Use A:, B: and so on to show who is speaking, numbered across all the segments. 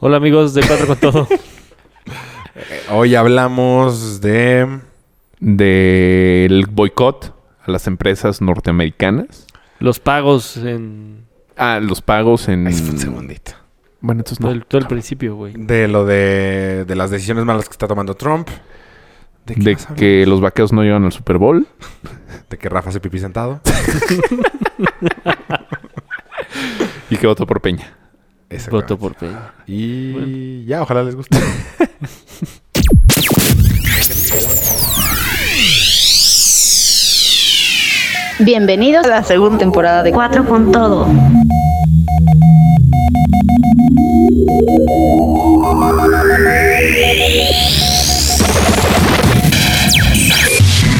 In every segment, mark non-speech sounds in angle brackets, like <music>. A: Hola amigos de Cuatro con
B: <laughs>
A: Todo.
C: Hoy hablamos de...
B: Del boicot a las empresas norteamericanas.
A: Los pagos en
B: Ah, los pagos en...
C: Ahí fue un segundito.
B: Bueno, entonces
A: todo
B: no.
A: el, todo el principio, güey.
C: mm, De lo de, de las decisiones malas que está tomando Trump. ¿De qué
B: De
C: más hablamos?
B: que los vaqueros no llegan al Super Bowl.
C: De que Rafa se pipí sentado.
B: Y que votó por Peña.
C: Exactamente.
A: Voto por Peña.
C: Y ya, ojalá les guste. <laughs>
D: Bienvenidos a la segunda temporada de Cuatro con Todo.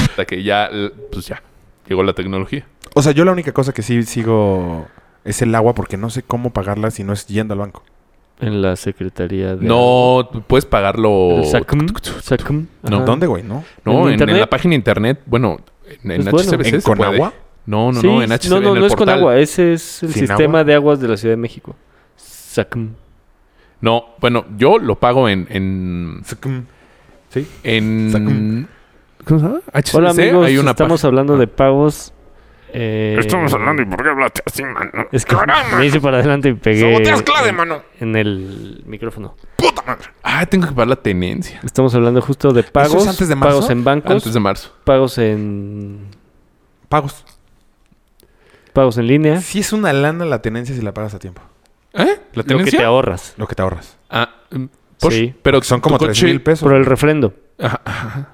B: Hasta que ya, l- pues ya, llegó la tecnología.
C: O sea, yo la única cosa que sí sigo es el agua porque no sé cómo pagarla si no es yendo al banco.
A: En la Secretaría de...
B: No, tú puedes pagarlo...
A: El SACM. SACM.
B: No,
A: Ajá.
C: ¿Dónde, güey? ¿No?
A: ¿En
B: No, en, en
A: internet?
B: la página de internet. Bueno, en, en
A: Es bueno.
B: HCBC
C: ¿En
B: Pues se puede.
C: Conagua?
B: No, no,
A: Sí,
B: no, en HCBC.
A: No, no,
B: en el
A: no es eh. con
B: portal.
A: agua. Ese es el
C: ¿Sin
A: sistema
C: agua?
A: de aguas de la Ciudad de México. SACM.
B: No, bueno, yo lo pago en... en,
C: Sí.
B: en ¿Cómo se llama? HCBC.
A: Hola amigos,
B: hay una
A: estamos
B: página. Ah.
A: hablando de pagos. eh,
E: Estamos hablando y por qué hablaste así, mano.
A: Es que
E: ¡Caramba!
A: me eh, hice para adelante y pegué
E: Saboteas clave, mano.
A: en el micrófono.
E: ¡Puta madre!
B: Ah, tengo que pagar la tenencia.
A: Estamos hablando justo de pagos.
C: antes de marzo?
A: Pagos en bancos,
B: Antes de marzo.
A: pagos en
C: Pagos.
A: pagos en línea,
C: Si es una lana la tenencia si la pagas a tiempo.
B: ¿Eh? ¿La
A: lo que
B: tenencia?
A: te ahorras
C: Lo que te ahorras.
B: Ah, mm, por-
A: Sí. Pues
B: Pero
C: Son
B: tu
C: como
B: coche-
C: 3 mil pesos.
A: por el refrendo.
B: Ajá,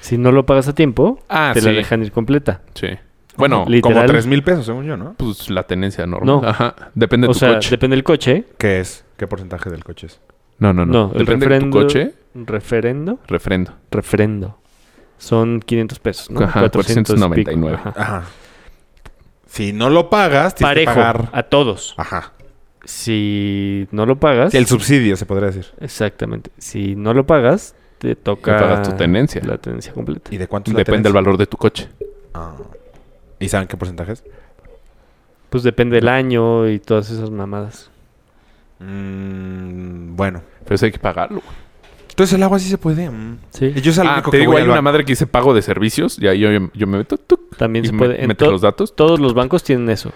A: Si no lo pagas a tiempo,
B: Ah,
A: te la
B: sí.
A: dejan ir completa.
B: Sí. Bueno,
A: Lit-
C: Como
A: literal.
C: 3 mil pesos, según yo, ¿no?
B: pues la tenencia normal.
A: No.
B: Ajá. Depende de
A: O
B: tu
A: sea,
B: coche.
A: depende del coche.
C: ¿Qué es? ¿Qué porcentaje del coche es?
B: No, no,
A: No,
B: no.
A: el
B: Depende de tu
A: refrendo,
B: coche.
A: referendo,
B: Refrendo.
A: refrendo. Son 500 pesos, ¿no?
B: Ajá, 499.
A: pico. Ajá.
C: Ajá. Si no lo pagas, tienes
A: Parejo
C: que pagar.
A: a todos.
C: Ajá.
A: Si no lo pagas,
C: El subsidio, se podría decir.
A: exactamente. Si no lo pagas, te toca
B: Le pagas tu tenencia.
A: La tenencia completa.
C: ¿Y de cuánto es la
B: Depende del
C: tenencia?
B: valor de tu coche.
C: Ah. ¿Y saben qué porcentaje es?
A: Pues depende del año y todas esas mamadas.
C: Mm, bueno.
B: Pero eso hay que pagarlo. güey.
C: Entonces el agua sí se puede. mm.
A: Sí.
C: Yo es el
B: Ah,
C: único
B: te
C: que
B: digo,
C: voy
B: hay
C: al
B: una
C: banco.
B: madre que dice pago de servicios y ahí yo, yo me meto. tuc,
A: También
B: y
A: se
B: me-
A: puede. en
B: metes
A: to-
B: los datos.
A: Todos los bancos tienen eso.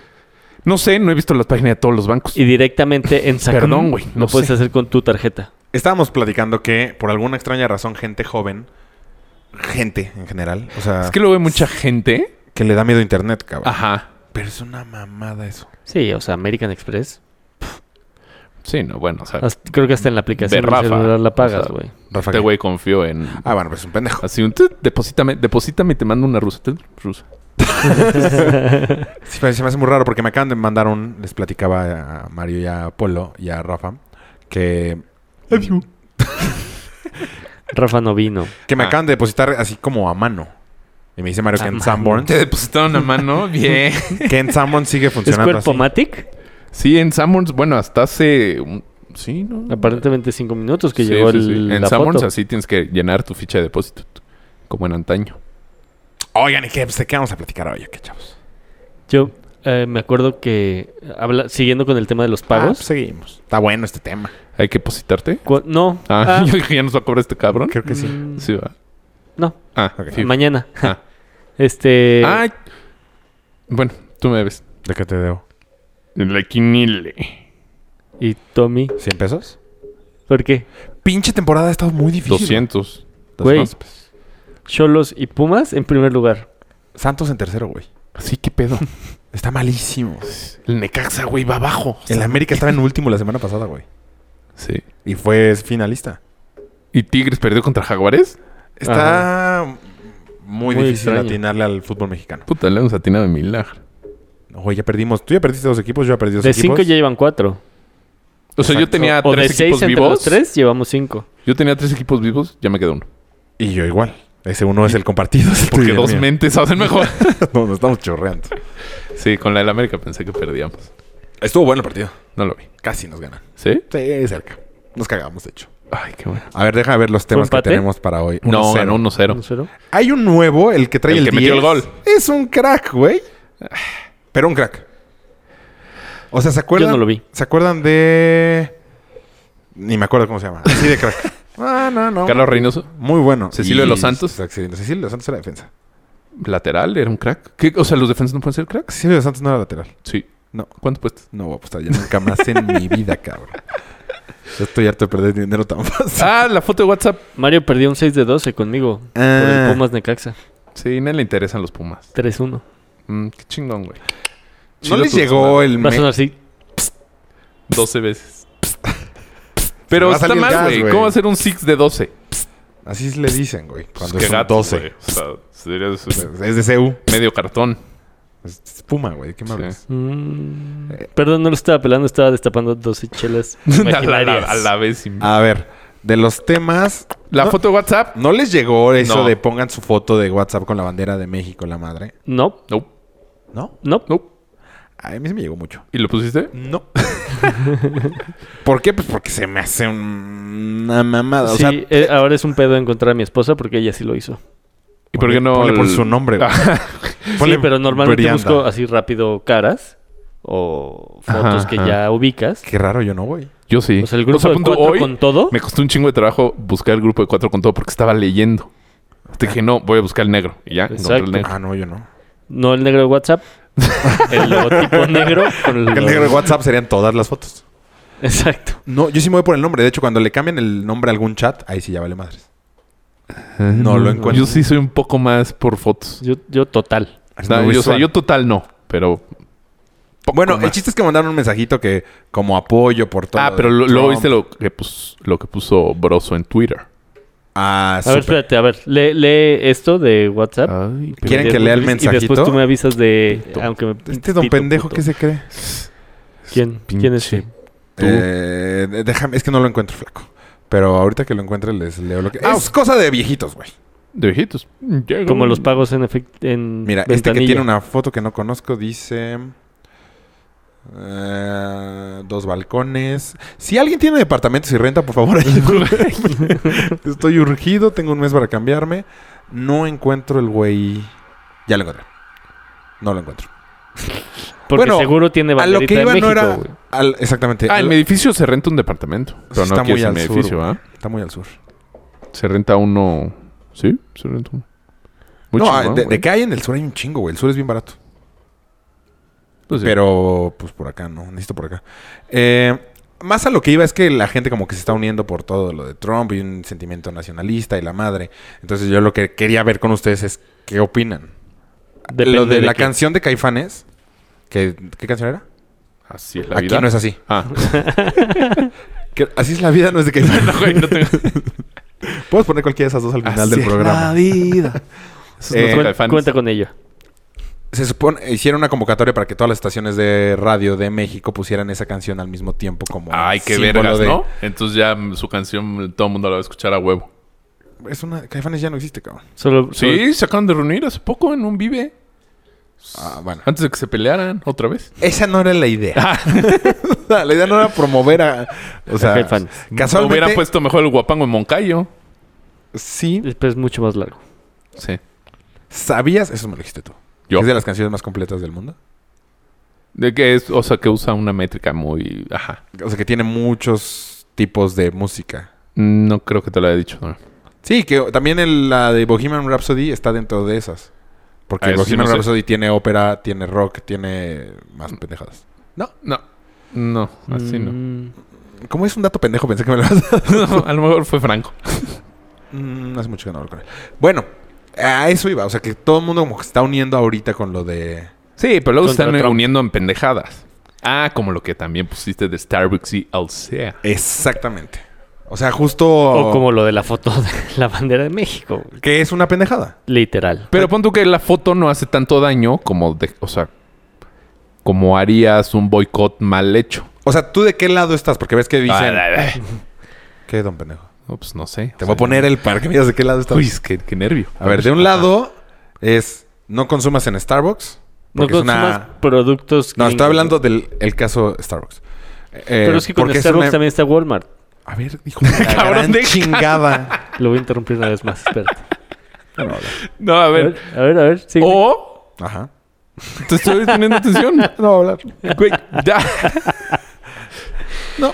B: No sé, no he visto las páginas de todos los bancos.
A: Y directamente en Sacam
B: Perdón, güey,
A: Lo
B: no
A: puedes
B: sé.
A: hacer con tu tarjeta.
C: Estábamos platicando que por alguna extraña razón gente joven, gente en general, o sea,
B: Es que Ah. lo ve mucha gente.
C: que le da miedo a internet, cabrón.
B: Ajá.
C: Pero es una mamada eso.
A: Sí, o sea, American Express.
B: Sí, no, bueno, o sea,
A: Hasta- creo que hasta en la aplicación
B: Ah, De
A: del
B: Rafa.
A: celular la
B: O
A: pagas,
B: sea, <laughs>
A: güey.
C: Rafa, ¿qué?
B: este güey confió en
C: Ah, bueno, pues es un pendejo.
B: así un tut, deposítame, deposítame y te mando una rusa, tut, rusa.
C: Sí, pero se me hace muy raro porque me acaban de mandar un. Les platicaba a Mario y a Polo y a Rafa que.
A: Rafa no vino.
C: Que me
B: Ah.
C: acaban de depositar así como a mano. Y me dice Mario que
A: A
C: en
A: mano. <laughs>
C: Sanborns.
B: Te depositaron a <laughs> mano, bien.
C: que en Sanborns sigue
A: ¿Es
C: funcionando
A: cuerpo
C: así.
A: Matic?
B: Sí, en Sanborns, bueno, hasta hace un- sí, ¿no?
A: Aparentemente cinco minutos que
B: Sí,
A: llegó
B: sí,
A: el,
B: sí. En
A: la
B: Sanborns
A: foto.
B: así tienes que llenar tu ficha de depósito, tut, como en antaño.
C: Oigan, ¿y qué, pues, de qué vamos a platicar hoy? ¿Qué chavos?
A: Yo eh, me acuerdo que, habla, siguiendo con el tema de los
C: Ah, pues,
A: pagos.
C: seguimos. Está bueno este tema.
B: ¿Hay que depositarte?
A: cu- No.
B: Ah,
A: ah,
B: <laughs> yo dije, ya nos va a cobrar este cabrón.
C: Creo que sí.
A: mm,
B: Sí, va.
A: No, <laughs> Eh,
B: Ah,
C: Ok.
B: sí.
A: mañana.
B: Ah.
A: Este.
B: Ay. Bueno, tú me ves.
C: ¿De qué te debo?
B: La quinile.
A: Y Tommy.
C: ¿100 pesos?
A: ¿Por qué?
C: Pinche temporada ha estado muy difícil.
B: 200.
A: Güey.
B: Más, pues.
A: Cholos y Pumas en primer lugar.
C: Santos en tercero, güey.
B: Sí,
A: <laughs>
B: qué pedo.
C: Está malísimo.
B: El Necaxa, güey, va abajo.
C: El
A: <laughs>
C: América estaba en último la semana pasada, güey.
B: Sí.
C: Y fue finalista.
B: ¿Y Tigres perdió contra Jaguares?
C: Está muy,
A: Muy
C: difícil
A: extraño.
C: atinarle al fútbol mexicano.
B: Puta, le hemos atinado de milagro.
C: Oye, ya perdimos. Tú ya perdiste dos equipos, yo ya perdí dos
A: De
C: equipos.
A: cinco ya llevan cuatro.
B: O sea, yo
C: Exacto.
B: tenía
A: O de
B: Ah, tres
A: seis
B: equipos
A: entre
B: vivos.
A: los tres, llevamos cinco.
B: Yo tenía tres equipos vivos, ya me quedó uno.
C: Y yo igual. Ese uno
B: <laughs>
C: es el compartido. <laughs> es el
B: Porque
C: tuyo y el
B: dos
C: mío.
B: mentes
C: <laughs>
B: hacen mejor.
C: no, nos estamos chorreando.
B: sí, con la del América pensé que perdíamos.
C: Estuvo bueno el partido.
B: No lo vi.
C: Casi nos ganan.
B: ¿Sí?
C: Sí, cerca. Nos cagamos, de hecho.
B: Ay, qué bueno.
C: A ver, deja ver los temas que
A: empate?
C: tenemos para hoy.
B: No,
C: 1-0.
B: ganó 1-0.
A: ¿No cero?
C: Hay un nuevo, el que trae
B: El
C: el,
B: que metió el
C: 10.
B: gol.
C: Es un crack, güey. Pero un crack. O sea, ¿se acuerdan?
A: no lo vi.
C: ¿Se acuerdan de Ni me acuerdo cómo se llama. Así de
B: <laughs>
C: crack. Ah, no, no.
B: Carlos Reynoso,
C: Muy bueno.
B: Cecilio de los Santos.
C: sus accidentes. Cecilio de los Santos era defensa.
B: lateral, era un crack. ¿Qué? O sea, ¿los defensas no pueden ser cracks?
C: Cecilio de los Santos no era lateral.
B: Sí.
C: No.
B: ¿Cuánto puestas?
C: No voy a apostar ya nunca más en mi vida, cabrón. Yo estoy harto de perder dinero tan fácil.
B: Ah, la foto de WhatsApp.
A: Mario perdió un 6 de 12 conmigo por
C: Ah.
A: el Pumas Necaxa.
B: Sí, nadie le interesan los Pumas.
A: 3-1.
B: Mm, qué chingón, güey.
C: ¿No
B: Chido
C: les
B: tu
C: llegó el
A: Va a
C: me-
A: sonar así.
B: 12 veces. Pero
C: Va a
B: está
C: salir gas,
B: mal, güey.
C: güey.
B: ¿Cómo hacer un six de 12?
C: Así le dicen, güey. Cuando
B: Pues Qué
C: es un
B: gato,
C: 12.
B: güey. O sea, serías, eh,
C: Es de CU.
B: medio
A: <laughs>
B: cartón.
C: Es es Puma, güey. ¿De ¿Qué me
B: Sí.
C: hablas?
A: Mm. Perdón, no lo estaba pelando, estaba destapando 12
C: <laughs>
A: chelas.
B: a, la, a la- a
A: imaginarias.
B: la vez. y-
C: A ver, de los temas.
B: Mm. La
C: no-
B: foto de WhatsApp.
C: ¿No les llegó eso
B: No.
C: de pongan su foto de WhatsApp con la bandera de México, la madre?
A: No,
B: No,
C: ¿No?
A: no.
B: no.
C: A mí se me llegó mucho.
B: ¿Y lo pusiste?
C: No. <laughs> ¿Por qué? Pues porque se me hace un- una mamada. O
A: Sí,
C: sea,
A: eh, ahora es un pedo encontrar a mi esposa porque ella sí lo hizo.
B: ¿Y por qué no?
C: ponle por
B: el-
C: su nombre, güey.
A: <laughs> sí, pero normalmente
C: Brianda.
A: busco así rápido caras o fotos
B: Ajá,
A: que
B: ajá.
A: ya ubicas.
C: Qué raro, yo no voy.
B: Yo sí.
A: O sea, el grupo de
B: punto,
A: cuatro
B: hoy
A: con todo.
B: Me costó un chingo de trabajo buscar el grupo de cuatro con todo porque estaba leyendo. Te dije, no, voy a buscar el negro. Y ya, encontré el
A: Exacto.
B: negro.
C: Ah, no, yo no.
A: No el negro de WhatsApp.
C: <laughs>
A: El logotipo negro con el,
C: El negro de WhatsApp serían todas las fotos.
A: Exacto.
C: No, yo sí me voy por el nombre. De hecho, cuando le cambian el nombre a algún chat, ahí sí ya vale madres. Ah, No lo encuentro.
B: Yo sí soy un poco más por fotos.
A: Yo, yo total.
B: O sea,
C: Ah, No,
B: yo, o sea,
C: visual.
B: yo total no, pero... poco
C: Bueno, el
B: más.
C: chiste es que mandaron un mensajito que como apoyo por todo.
B: Ah, pero
C: de
B: lo- luego
C: Trump.
B: viste lo que, pus- lo que puso Broso en Twitter.
A: A
C: Ah,
A: ver,
C: súper. Ah,
A: espérate, a ver. Lee, lee esto de WhatsApp.
B: Ay, pero-
C: ¿Quieren que lea el
A: Y después
C: mensajito?
A: tú me avisas de...
B: Pito.
A: Aunque me-
C: Este don
A: Pito,
C: pendejo,
A: puto.
C: ¿qué se cree?
A: ¿Quién? ¿Quién es?
B: Pinche. Tú.
C: Eh, déjame, es que no lo encuentro, flaco. Pero ahorita que lo encuentre les leo lo que...
B: Ah,
C: es cosa de viejitos, güey.
B: De viejitos. Llega
A: Como
B: un-
A: los pagos en efecto en
C: Mira, este que
A: ventanilla.
C: tiene una foto que no conozco dice... eh, dos balcones. Si alguien tiene departamentos y renta, por favor, <laughs> ayúdame. Estoy urgido, tengo un mes para cambiarme. No encuentro el güey. Ya lo encontré. No lo encuentro.
A: Porque
C: bueno,
A: seguro tiene
C: A lo
A: banderita
C: que iba
A: de México,
C: no era.
A: güey.
C: al- exactamente.
B: Ah,
C: al-
B: en mi edificio se renta un departamento. Pero
C: Sí,
B: no
C: está
B: aquí
C: muy
B: es en
C: al
B: mi
C: sur,
B: edificio,
C: güey.
B: ¿ah?
C: Está muy al sur.
B: Se renta uno... ¿Sí? Se renta uno. Muy
C: no,
B: chingón,
C: de, de
B: güey.
C: que hay en el sur hay un chingo, güey. El sur es bien barato.
B: Pues sí.
C: Pero, pues por acá, no. Necesito por acá. Eh, más a lo que iba es que la gente como que se está uniendo por todo lo de Trump y un sentimiento nacionalista y la madre. Entonces yo lo que quería ver con ustedes es qué opinan.
A: Depende
C: lo de, la
A: qué. <laughs>
C: canción de Caifanes. Que, ¿Qué canción era?
B: Así es la
C: Aquí
B: vida.
C: no es así.
B: <laughs> Ah.
C: Que- así es la vida, <laughs> no es de Caifanes.
B: no, güey, no tengo...
C: Puedes poner cualquiera de esas dos al final del programa.
B: vida.
C: Eh,
A: Cuen-
B: de fans.
A: cuenta con ello.
C: Se supone, hicieron una convocatoria para que todas las estaciones de radio de México pusieran esa canción al mismo tiempo como
B: Ay, qué
C: símbolo
B: vergas,
C: de-
B: ¿no? Entonces ya mm, su canción todo el mundo la va a escuchar a huevo.
C: Es una... Caifanes ya no existe, cabrón.
A: Solo, solo-
B: Sí, se acaban de reunir hace poco en un vive.
C: Ah, bueno.
B: Antes de que se pelearan otra vez.
C: Esa no era la
B: Ah.
C: idea. <laughs> la idea no era promover a... O sea,
A: A Caifanes.
C: casualmente...
B: Hubiera pues, puesto mejor el guapango en Moncayo.
C: Sí,
A: después es pues, mucho más largo.
B: Sí.
C: sabías... Eso me lo dijiste tú.
B: Yo.
C: Es
B: De,
C: de las canciones más completas del mundo.
B: que es, o sea, que usa una métrica muy. Ajá.
C: O sea, que tiene muchos tipos de música.
B: No creo que te lo haya dicho. No.
C: Sí, que también el- la de Bohemian Rhapsody está dentro de esas. Porque
B: Ah, eso sí
C: Bohemian
B: no sé.
C: Rhapsody tiene ópera, tiene rock, tiene más pendejadas.
B: No, no. No, así Ah, no.
A: Mm,
C: ¿Cómo es un dato pendejo? Pensé que me lo vas a...
B: No, <laughs> A lo mejor fue Franco.
C: Mm, hace mucho que no hablo con él. Bueno, a eso iba. O sea, que todo el mundo como que se está uniendo ahorita con lo de...
B: Sí, pero luego se
A: Contra
B: están
A: Trump.
B: uniendo en pendejadas. Ah, como lo que también pusiste de Starbucks y Alsea.
C: Exactamente. O sea, justo...
A: O como lo de la foto de <laughs> la bandera de México. güey.
C: Que es una pendejada.
A: Literal.
B: Pero pon tú que la foto no hace tanto daño como de, o sea, como harías un boicot mal hecho.
C: O sea, ¿tú de qué lado estás? Porque ves que dicen...
B: Ah, ah, ah.
C: <laughs> ¿Qué, don pendejo?
B: No, pues no sé.
C: Te voy
B: O sea,
C: a poner el par. Que miras de qué lado estás.
B: Uy, es que- qué, nervio.
C: A ver, de un lado es... No consumas en Starbucks.
A: No
C: Porque es una-
A: consumas productos...
C: No, estoy
A: gringos,
C: hablando
A: güey.
C: del el caso Starbucks. Eh,
A: Pero es que con
C: porque
A: Starbucks
C: una-
A: también está Walmart.
C: A ver, hijo
A: <laughs>
C: de la
B: Cabrón,
C: gran
B: de-
C: chingada.
A: Lo voy a interrumpir una vez más. Espérate.
B: No, <laughs> a
A: A
B: ver.
A: ver, a ver, a ver. sigue.
C: Oh.
B: O
C: Ajá.
A: <laughs>
B: te estoy poniendo atención.
C: No voy a hablar.
B: Güey, ya.
C: No.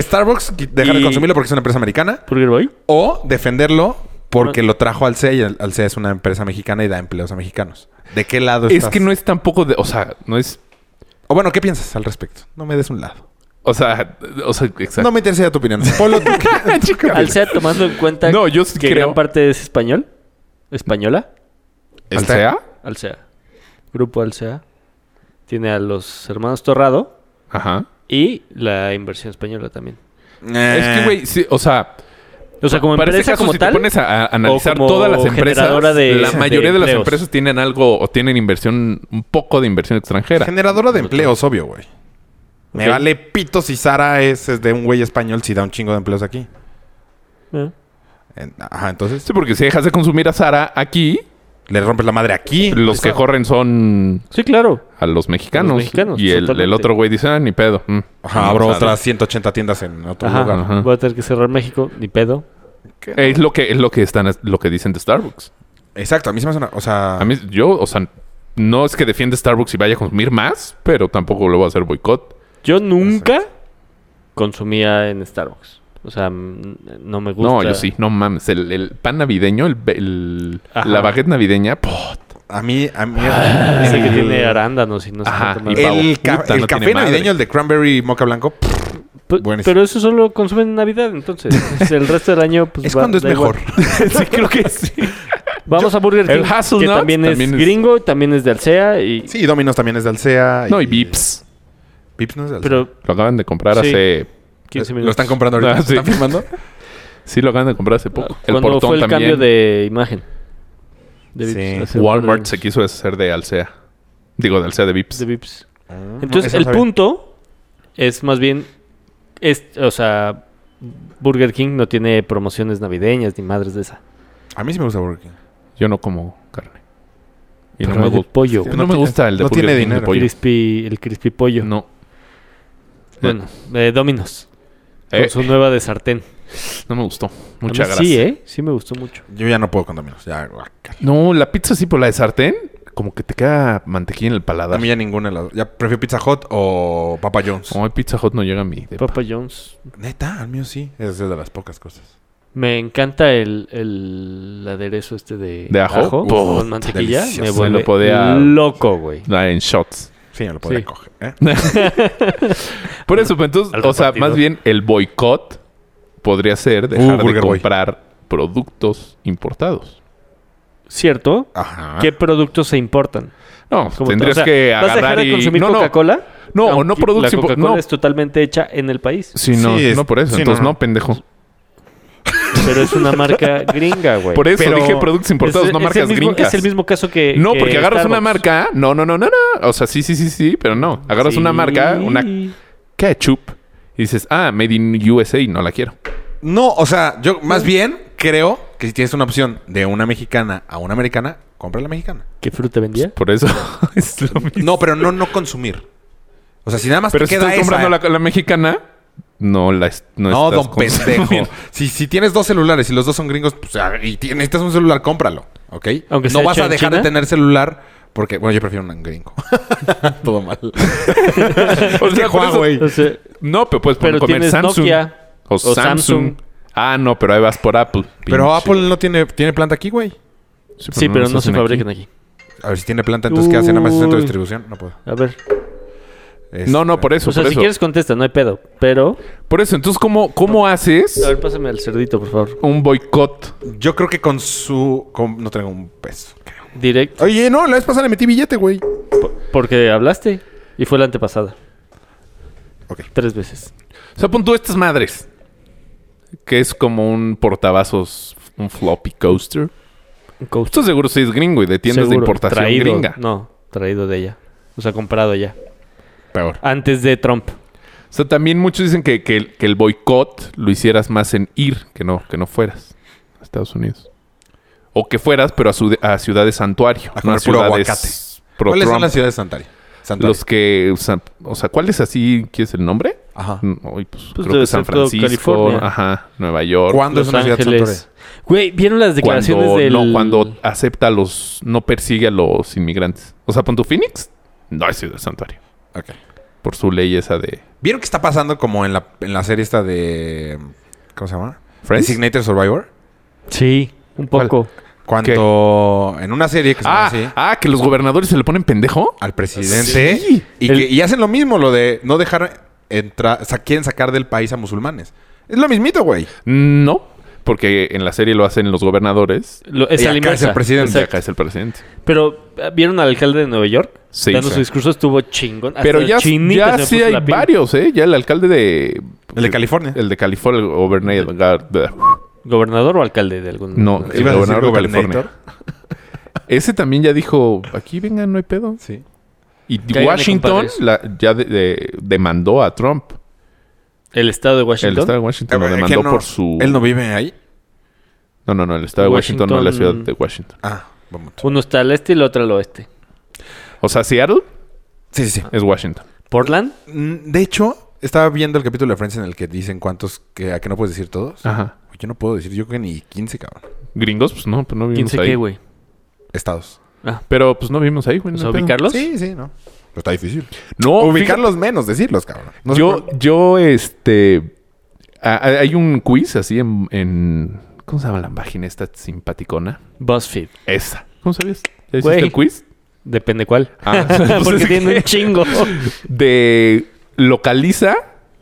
C: Starbucks qui- dejar
A: Y-
C: de consumirlo porque es una empresa americana.
A: <laughs> Burger Boy.
C: O defenderlo porque lo trajo al CEA y el- al CEA es una empresa mexicana y da empleos a mexicanos. ¿De qué lado
B: Es
C: estás?
B: que no es tampoco de. O sea, no es.
C: O bueno, ¿qué piensas al respecto? No me des un lado.
B: O sea, o sea,
C: No
A: <laughs>
B: exacto.
C: me interesa tu
B: <laughs>
C: opinión. Polo, ¿tú qué- tú qué
A: Al
C: opinas?
A: SEA tomando en cuenta
B: No, yo sí
A: que
B: creo.
A: gran parte es español. Española.
B: ¿Al
C: Está-
B: CEA?
A: Al SEA. Grupo Al SEA. Tiene a los hermanos Torrado
B: Ajá.
A: y la inversión española también.
C: <laughs> Eh,
B: Es que, güey, sí, o sea,
A: O sea, como
B: para ese
A: empresa
B: caso,
A: como
B: si
A: tal.
B: te pones a, a analizar
A: como
B: todas las empresas,
A: generadora de-
B: la
A: de
B: mayoría de, las
A: empleos.
B: empresas tienen algo o tienen inversión, un poco de inversión extranjera.
C: Generadora de empleos, obvio, güey. Me
A: Ok.
C: vale pito si Sara es, es de un güey español si da un chingo de empleos aquí.
A: Eh.
C: En- Ajá, entonces
B: Sí, porque si dejas de consumir a Sara aquí,
C: le rompes la madre aquí.
A: pues
B: los que corren son
A: Sí, claro.
B: a los mexicanos.
A: mexicanos,
B: y el,
A: totalmente.
B: el otro güey dice, ah, ni pedo. Mm.
C: Ajá, abro otras 180 tiendas en otro
A: Ajá.
C: lugar.
B: Ajá.
A: Voy a tener que cerrar México. Ni pedo.
B: Es lo que es lo que están lo que dicen de Starbucks.
C: Exacto, a mí se me hace una. O sea,
B: A mí yo, o sea, no es que defienda Starbucks y vaya a consumir más, pero tampoco lo voy a hacer boicot.
A: Yo nunca consumía en Starbucks. O sea, mm, no me gusta.
B: No, yo sí, no mames, el, el pan navideño, el, be- el-
A: Ajá.
B: la baguette navideña, pot.
C: a mí. A
B: <laughs>
C: mí
A: Dice que
C: el-
A: tiene arándanos y no sé
B: Ajá,
A: cuánto más.
B: y pavo.
C: El, ca-
B: Puta,
C: el
B: no tiene
C: café
B: madre.
C: navideño, el de cranberry moca blanco, pff,
A: P-
C: buenísimo.
A: Pero eso solo consumen en Navidad, entonces. Es El resto del año, pues.
C: es
A: va-
C: cuando es
A: da igual.
C: mejor.
A: <laughs>
B: sí, creo que sí.
A: Vamos a Burger King.
B: el Hazelnut
A: que también,
B: también es-
A: es gringo, también es de Alsea. Y...
C: Sí, Domino's también es de Alsea.
B: No, y Vips.
C: Vips no es de Alsea.
A: Pero
B: Lo acaban de comprar
A: Sí.
B: hace
A: 15
C: Lo
A: minutos.
C: están comprando ahorita.
B: Ah, sí.
C: ¿Están filmando?
A: <laughs>
B: Sí, lo acaban de comprar hace poco.
A: Cuando fue el cambio de imagen. De
C: Sí.
A: Vips, hace
B: Walmart
A: unos-
B: se quiso deshacer de Alsea. Digo, de Alsea de Vips.
A: De Vips.
C: eso
A: Entonces,
C: Ah, no
A: el
C: sabía.
A: punto es más bien. Es, o sea, Burger King no tiene promociones navideñas ni madres de esa.
C: A mí sí me gusta Burger King.
B: Yo no como carne. Y no
A: Pero
B: me,
A: el de
B: gusta.
A: pollo,
B: no
A: güey.
B: me
C: tiene-
B: gusta el de
C: no
B: Burger
C: tiene
B: King de
C: dinero.
B: pollo.
A: Crispy, el crispy pollo.
B: No.
A: Bueno, eh, Dominos.
B: Eh,
A: Con su nueva de sartén.
B: no me gustó.
A: A mí
B: Mucha gracia.
A: Sí, ¿eh? Sí me gustó mucho.
C: Yo ya no puedo con Domino's. Ya, ah, guácala.
B: No, la pizza sí, pero la de sartén, como que te queda mantequilla en el
C: a
B: paladar.
C: mí ya ninguna. de las dos. Ya prefiero Pizza Hut o Papa John's.
B: Ay, Pizza Hot no llega a mí. De-
A: Papa John's.
C: Neta, al mío sí. Es de las pocas cosas.
A: Me encanta el, el aderezo este de,
B: ¿De ajo? Uf,
A: con mantequilla.
C: delicioso.
A: Me
B: Me
A: vuelve
B: lo podía-
A: loco, güey.
B: La en shots.
C: Sí, me lo podría
A: Sí.
C: coger. ¿eh?
B: <laughs> Por eso, pues, entonces,
A: Al
B: o sea,
A: repartidor.
B: más bien el boicot podría ser dejar de
C: Uh, Burger Boy.
B: comprar productos importados.
A: ¿Cierto?
C: Ajá.
A: ¿Qué productos se importan?
B: No,
A: Como-
B: Ah. tendrías
A: o sea,
B: que
A: ¿Vas a
B: agarrar
A: dejar de
B: y
A: consumir
B: no, no,
A: Coca-Cola?
B: No,
A: Aunque
B: no productos
A: La
B: impo-
A: Coca-Cola
B: no.
A: es totalmente hecha en el país.
B: <laughs> Sí, no,
C: Sí, es-
B: no por eso.
C: sí,
B: Entonces,
C: no,
B: no,
C: no.
B: pendejo.
A: Pero es una marca gringa, güey.
B: Por eso
C: Pero-
B: dije productos importados,
A: Es-
B: no
A: es
B: marcas
A: el mismo- Es
B: gringas.
A: el mismo caso que.
B: No,
A: que
B: porque agarras una
A: Eh, Starbucks.
B: marca. No, no, no, no, no. O sea, sí, sí, sí, sí, pero no. Agarras una
A: Sí.
B: marca, una ketchup, y dices, ah, made in USA, no la quiero.
C: No, o sea, yo más bien creo que si tienes una opción de una mexicana a una americana, compra la <laughs> mexicana.
A: ¿Qué fruta vendía?
B: Por eso <laughs> es lo mismo.
C: No, pero no no consumir. O sea, si nada más
B: Pero
C: te
B: si
C: queda
B: estás
C: esa-
B: comprando la, la mexicana, no la es- no,
C: No,
B: estás
C: don <laughs>
B: consumiendo.
C: pendejo. Si, si tienes dos celulares y los dos son gringos, pues, ah, y ti- necesitas un celular, cómpralo. ¿Ok?
A: Aunque sea
C: no vas
A: hecho
C: a
A: en
C: dejar
A: China.
C: de tener celular porque, bueno, yo prefiero un gringo. <laughs> Todo mal. <laughs>
B: O sea, por eso-
A: O sea,
B: no, pero puedes
A: Pero
B: poner comer
A: tienes
B: Samsung.
A: Nokia
B: o
A: o
B: Samsung.
A: Samsung.
B: Ah, no, pero ahí vas por Apple.
C: Pero
B: Pinche.
C: Apple no tiene, tiene planta aquí, güey.
A: sí, pero
B: las
A: no se
B: hacen aquí.
A: fabrican aquí.
C: A ver si tiene planta, entonces ¿qué hace? Nada más un centro
A: Uy.
C: de distribución. No puedo.
A: A ver.
B: No, no, por eso.
A: O sea,
B: por,
A: si
B: eso.
A: quieres contesta, no hay pedo. Pero.
B: por eso, entonces, ¿cómo, cómo haces
A: A ver, pásame el cerdito, por favor.
B: un boicot?
C: eso. Yo creo que con su. con- no tengo un peso.
A: Direct.
C: Oye, no, la vez pasada le metí billete, güey.
A: po- Porque hablaste. Y fue la antepasada.
C: Ok.
A: Tres veces.
B: O sea, pon tú estas madres. Que es como un portavasos, un floppy coaster.
A: Un coach.
B: Esto seguro sí es gringo y de tiendas
A: Seguro,
B: de importación
A: traído,
B: gringa.
A: No, traído de ella. O sea, comprado ya.
C: Peor.
A: Antes de Trump.
B: O sea, también muchos dicen que, que el- que el boicot lo hicieras más en ir que no, que no fueras a Estados Unidos. O que fueras, pero a, su- a ciudades santuario.
C: A
B: no
C: comer puro aguacate.
B: pro
C: ¿Cuáles son
B: Trump.
C: las ciudades de Santaria? Santaria.
B: Los que... usan- O sea, ¿cuál es así? ¿Quieres el nombre?
C: Ajá.
B: No, y pues, creo
A: debe
B: que San
A: ser todo
B: Francisco.
A: California.
B: Ajá. Nueva York.
C: ¿Cuándo es
A: Los
C: una ciudad
A: Ángeles.
C: santuaria?
A: Güey, ¿vieron las declaraciones
B: Cuando,
A: del...?
B: no, cuando acepta a los... No persigue a los inmigrantes. O sea, pon tu Phoenix. No es ciudad santuario.
C: Ok.
B: Por su ley esa de
C: ¿Vieron que está pasando como en la, en la serie esta de. ¿Cómo se llama?
B: Friends.
C: Designated Survivor.
A: Sí, un
B: ¿Cuál?
A: poco.
C: Cuanto en una serie que se llama
B: Ah,
C: así.
B: ah, que los gobernadores se le ponen pendejo.
C: al presidente.
B: Sí.
C: Y,
A: El-
C: que- y hacen lo mismo, lo de no dejar entrar, sa- quieren sacar del país a musulmanes. Es lo mismito, güey.
B: No, porque en la serie lo hacen los gobernadores.
A: Lo- es
C: Y
A: a la
C: acá es el
A: inversa.
C: presidente.
A: Exacto.
B: Acá es el presidente.
A: Pero ¿eh, ¿vieron al alcalde de Nueva York?
B: Sí,
A: Dando
B: sí.
A: su discurso estuvo chingón. Hasta
B: Pero ya,
A: chinita
B: ya
A: se me
B: sí
A: puso
B: hay
A: la piel.
B: varios, ¿eh? Ya el alcalde de...
C: El de California.
B: El de California, el gobernador...
A: ¿Gobernador o alcalde de algún
B: No, el
C: ¿Ibas a decir
B: gobernador de California.
C: gobernator?
B: Ese también ya dijo, aquí vengan, no hay pedo.
C: Sí.
B: Y
A: Cáiganle,
B: Washington
A: compadres.
B: la- ya de- de- demandó a Trump.
A: El estado de
B: El
A: Washington.
B: estado de Washington lo
C: Eh,
B: demandó
C: ¿quién no?
B: por su...
C: Él no vive ahí.
B: No, no, no, el estado de Washington, no, la ciudad
A: Washington-
B: de Washington.
C: Ah, vamos.
A: Uno está al este y el otro al oeste.
B: O sea, Seattle
C: Sí, sí, sí.
B: es Washington.
A: ¿Portland?
C: Mm, De hecho, estaba viendo el capítulo de Friends en el que dicen cuántos, que, a qué no puedes decir todos.
B: Ajá.
C: Yo no puedo decir, yo creo que ni 15, cabrón.
B: Gringos, pues no, pues no
A: ¿Quién
B: vivimos
A: sé
B: ahí.
A: qué, güey? Ah,
C: Estados.
B: Pero pues no vimos ahí, güey.
A: O
B: no
A: sea,
B: hay pedo.
A: ubicarlos.
C: Sí, sí, no. Pero está difícil.
B: No,
C: Ubicarlos menos, decirlos, cabrón. No sé
B: Oh, yo,
C: por-
B: yo, este. a- a- hay un quiz así en, en- ¿Cómo se llama la página esta simpaticona?
A: BuzzFeed.
B: Esa. ¿Cómo sabías? ¿Ya hiciste
A: Güey.
B: el quiz?
A: Depende cuál.
B: Ah, pues,
A: <laughs> Porque
B: es
A: tiene
B: que
A: un chingo.
B: De. Localiza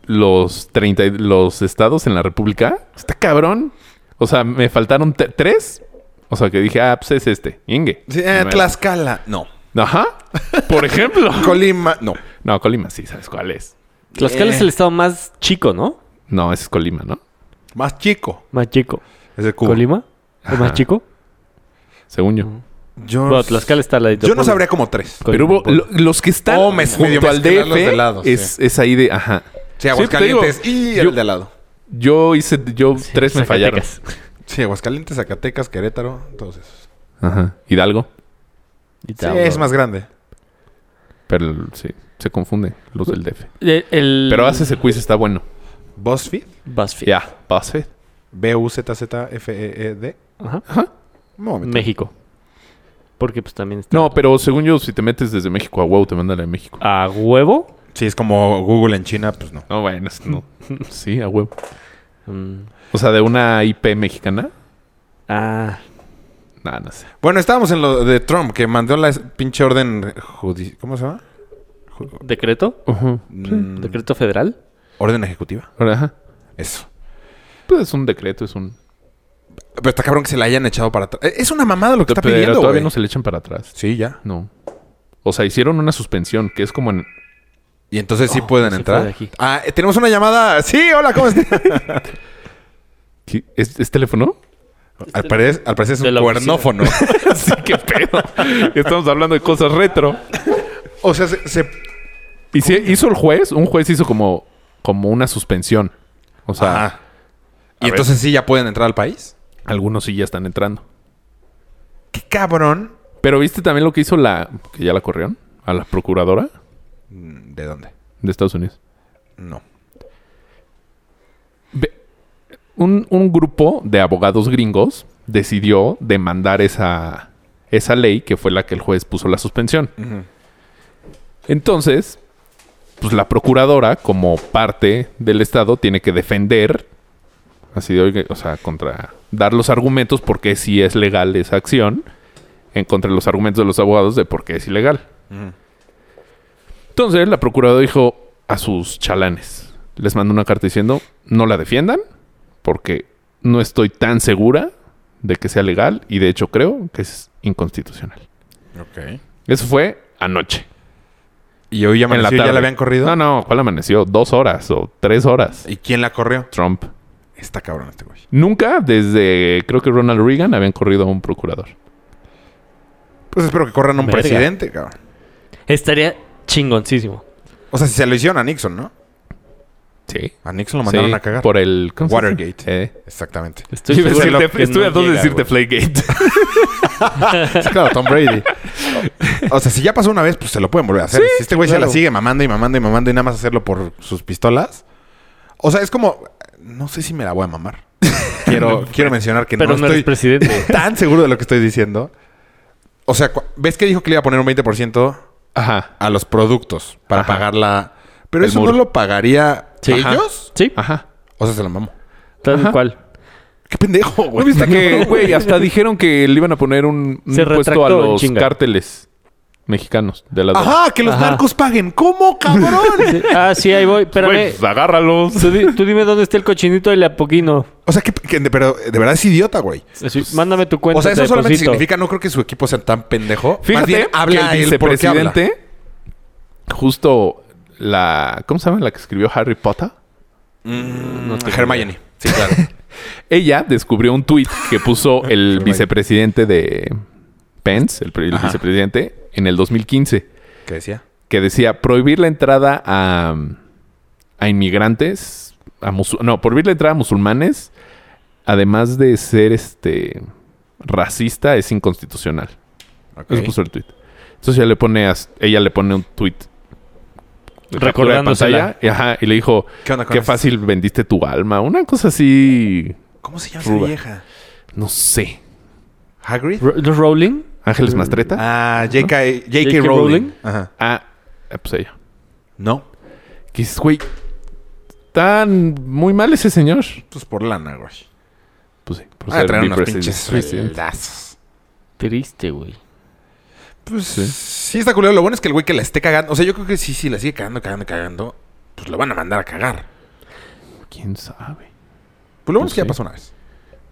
B: los 30 y- los estados en la República. Está cabrón. O sea, me faltaron te- tres. O sea, que dije, ah, pues es este. Ingue.
C: Sí, eh, Tlaxcala, no.
B: Ajá. Por ejemplo.
C: Colima, no.
B: no, Colima sí, ¿sabes cuál es?
A: Tlaxcala es el estado más chico, ¿no?
B: No, ese es Colima, ¿no?
C: Más chico.
A: Más chico.
C: Es el Cuba.
A: ¿Colima? ¿El más
B: Ajá.
A: chico?
B: Según yo.
C: Yo,
A: Bueno, Tlaxcala está al ladito.
C: yo no
A: Puebla.
C: sabría como tres.
B: Pero hubo-
A: Puebla.
B: lo- los que están
C: Oh, me- medio
B: junto al
C: mezclar los
B: DF
C: de lado,
B: es, es ahí de... Ajá.
C: Sí,
B: Sí, pues
C: Aguascalientes
B: te digo,
C: y
B: yo-
C: el de al lado.
B: Yo hice... Yo tres me fallaron.
A: Zacatecas.
C: Sí, Aguascalientes, Zacatecas, Querétaro, todos esos.
B: Ajá. Hidalgo.
A: Y
C: Sí,
A: tal,
C: es
A: bro.
C: más grande.
B: Pero el- sí, se confunde los del DF.
A: Eh, el-
B: Pero hace ese quiz, está bueno.
C: BuzzFeed,
A: BuzzFeed.
B: Ya, pase.
C: B-U-Z-Z-F-E-E-D.
A: Ajá.
C: E Un momento.
A: México. Porque pues también está...
B: No, pero según yo, si te metes desde México a WoW, te mandan a México.
A: ¿A huevo?
C: Sí, es como Google en China, pues no.
B: No, bueno, es-
C: <laughs>
B: no. Sí, a huevo.
A: Mm.
B: O sea, de una IP mexicana.
A: Ah.
B: Nada, no sé.
C: Bueno, estábamos en lo de Trump, que mandó la es- pinche orden judi... ¿Cómo se llama? Ju-
A: ¿Decreto?
B: Ujú.
C: Mm,
A: ¿Decreto federal?
C: ¿Orden ejecutiva?
B: Ahora, Ajá.
C: Eso.
B: Pues es un decreto, es un...
C: Pero está cabrón que se la hayan echado para atrás. Eh, Es una mamada lo que está
B: pero
C: pidiendo,
B: todavía
C: güey.
B: no se le echan para atrás.
C: Sí, ya.
B: No. O sea, hicieron una suspensión, que es como en...
C: Y entonces sí pueden
A: se fue de
C: entrar.
A: aquí.
C: Ah, eh, tenemos una llamada. Sí, hola, ¿cómo
B: <laughs>
C: estás?
B: ¿Qué? ¿Es, es teléfono? Este,
C: al, parecer, al parecer es
A: De
C: un
A: la
C: cuernófono.
B: <laughs> sí, qué pedo. Estamos hablando de cosas retro.
C: o sea, se, se-
B: Y si hizo el juez, un juez hizo como, como una suspensión. O sea,
C: Ajá. Y entonces sí ya pueden entrar al país.
B: algunos sí ya están entrando.
C: ¡Qué cabrón!
B: Pero viste también lo que hizo la... que ya la corrieron. A la procuradora
C: Mm, ¿De dónde?
B: de Estados Unidos.
C: No.
B: Ve- Un, un grupo de abogados gringos decidió demandar esa, esa ley que fue la que el juez puso la suspensión. Entonces, pues la procuradora, como parte del Estado, tiene que defender, así de, oiga, o sea, contra, dar los argumentos por qué sí es legal esa acción, en contra de los argumentos de los abogados de por qué es ilegal. Entonces, la procuradora dijo a sus chalanes, les mandó una carta diciendo, no la defiendan, porque no estoy tan segura de que sea legal y de hecho creo que es inconstitucional.
C: Ok.
B: Eso fue anoche.
C: Y hoy ya
B: En la
C: amaneció, ya
B: tarde.
C: la habían corrido.
B: No, no, ¿cuál amaneció? Dos horas o tres horas.
C: ¿Y quién la corrió?
B: Trump.
C: Está cabrón este güey.
B: Nunca desde, creo que Ronald Reagan, habían corrido a un procurador.
C: Pues espero que corran a un
A: Verga.
C: presidente, cabrón.
A: Estaría chingoncísimo.
C: O sea, si se lo hicieron a Nixon, ¿no?
B: Sí.
C: A Nixon lo mandaron
B: Sí,
C: a cagar.
B: Por el... ¿cómo se dice?
C: Watergate.
B: Eh.
C: Exactamente.
A: Estoy
B: Iba a
A: seguro
B: decirte-
A: que
B: estuve
A: no
B: a dos de
A: llega,
B: decirte
A: güey.
C: <laughs>
B: Flygate.
C: Sí, claro, Tom Brady. O sea, si ya pasó una vez, pues se lo pueden volver a hacer. si este güey se la
A: claro.
C: sigue mamando y mamando y mamando y nada más hacerlo por sus pistolas. O sea, es como. No sé si me la voy a mamar. Quiero, quiero mencionar que
A: Pero no,
C: no
A: eres
C: estoy
B: <laughs>
A: presidente.
C: tan seguro de lo que estoy diciendo. O sea, cu- ¿ves que dijo que le iba a poner un 20%
B: Ajá.
C: a los productos para
B: Ajá.
C: pagar la. Pero
B: El
C: eso
B: muro.
C: no lo pagaría
A: Sí.
C: ellos.
A: Sí,
B: Ajá.
C: O sea, se la mamo.
A: Ah, tal
B: Ajá.
A: cual.
C: Qué pendejo,
B: ¿No
C: güey.
B: viste que, güey, hasta dijeron que le iban a poner un, un
A: Se
B: puesto
A: retractó
B: a
A: en
B: los
A: chinga.
B: cárteles mexicanos de la
C: <laughs>
B: droga?
C: Ajá, que los
A: Ajá.
C: narcos paguen. ¿Cómo, cabrón?
A: Sí. Ah, sí, ahí voy. Espérame.
C: pues,
B: Güey, agárralos.
A: Tú, di- tú dime dónde está el cochinito del apoquino.
C: o sea, que, que de- pero de verdad es idiota, güey.
A: Así, mándame tu cuenta.
C: O sea, eso
A: te
C: solamente
A: deposito.
C: significa, no creo que su equipo sea tan pendejo. Más
B: Fíjate
C: bien, habla
B: que el
C: él por qué habla.
B: vicepresidente, justo la... ¿Cómo se llama la que escribió Harry Potter?
C: Mm, No tengo Hermione. idea. Sí, <laughs> claro.
B: Ella descubrió un tuit
C: <laughs>
B: que puso el vicepresidente de Pence, el, pre- el
C: Ajá.
B: vicepresidente, en el 2015,
C: ¿Qué decía?
B: que decía prohibir la entrada a, a inmigrantes, a musu- no, prohibir la entrada a musulmanes, además de ser este racista, es inconstitucional.
C: Ok.
B: Eso puso el tweet. Entonces ella le pone, as- ella le pone un tweet. captura de
A: Recordándosela.
B: pantalla, Y, ajá, y le dijo,
C: ¿Qué onda con
B: qué
C: esto?
B: fácil vendiste tu alma. Una cosa así,
C: ¿Cómo se llama
B: Ruba.
C: esa vieja?
B: no sé.
C: ¿Hagrid?
A: Ro- ¿No es Rowling? Mm.
B: Ángeles Mastreta.
C: Ah, J.K.
A: J.K.
C: J.K. Rowling.
A: Rowling.
C: Ajá.
B: Ah, eh, pues ella.
C: No.
B: Que dices, güey, tan muy mal ese señor.
C: Pues por lana, güey.
B: Pues sí, por
C: Ah,
B: ser
C: traer unos
B: vicepresidente.
C: pinches
B: Presidente.
C: sueldazos.
A: Triste, güey.
C: Pues sí. está culero. Lo bueno es que el güey que la esté cagando. O sea, yo creo que sí, sí, la sigue cagando, cagando, cagando. Pues lo van a mandar a cagar.
B: ¿Quién sabe?
C: Pues lo bueno
B: Pues
C: es que ya
B: sí.
C: pasó una vez.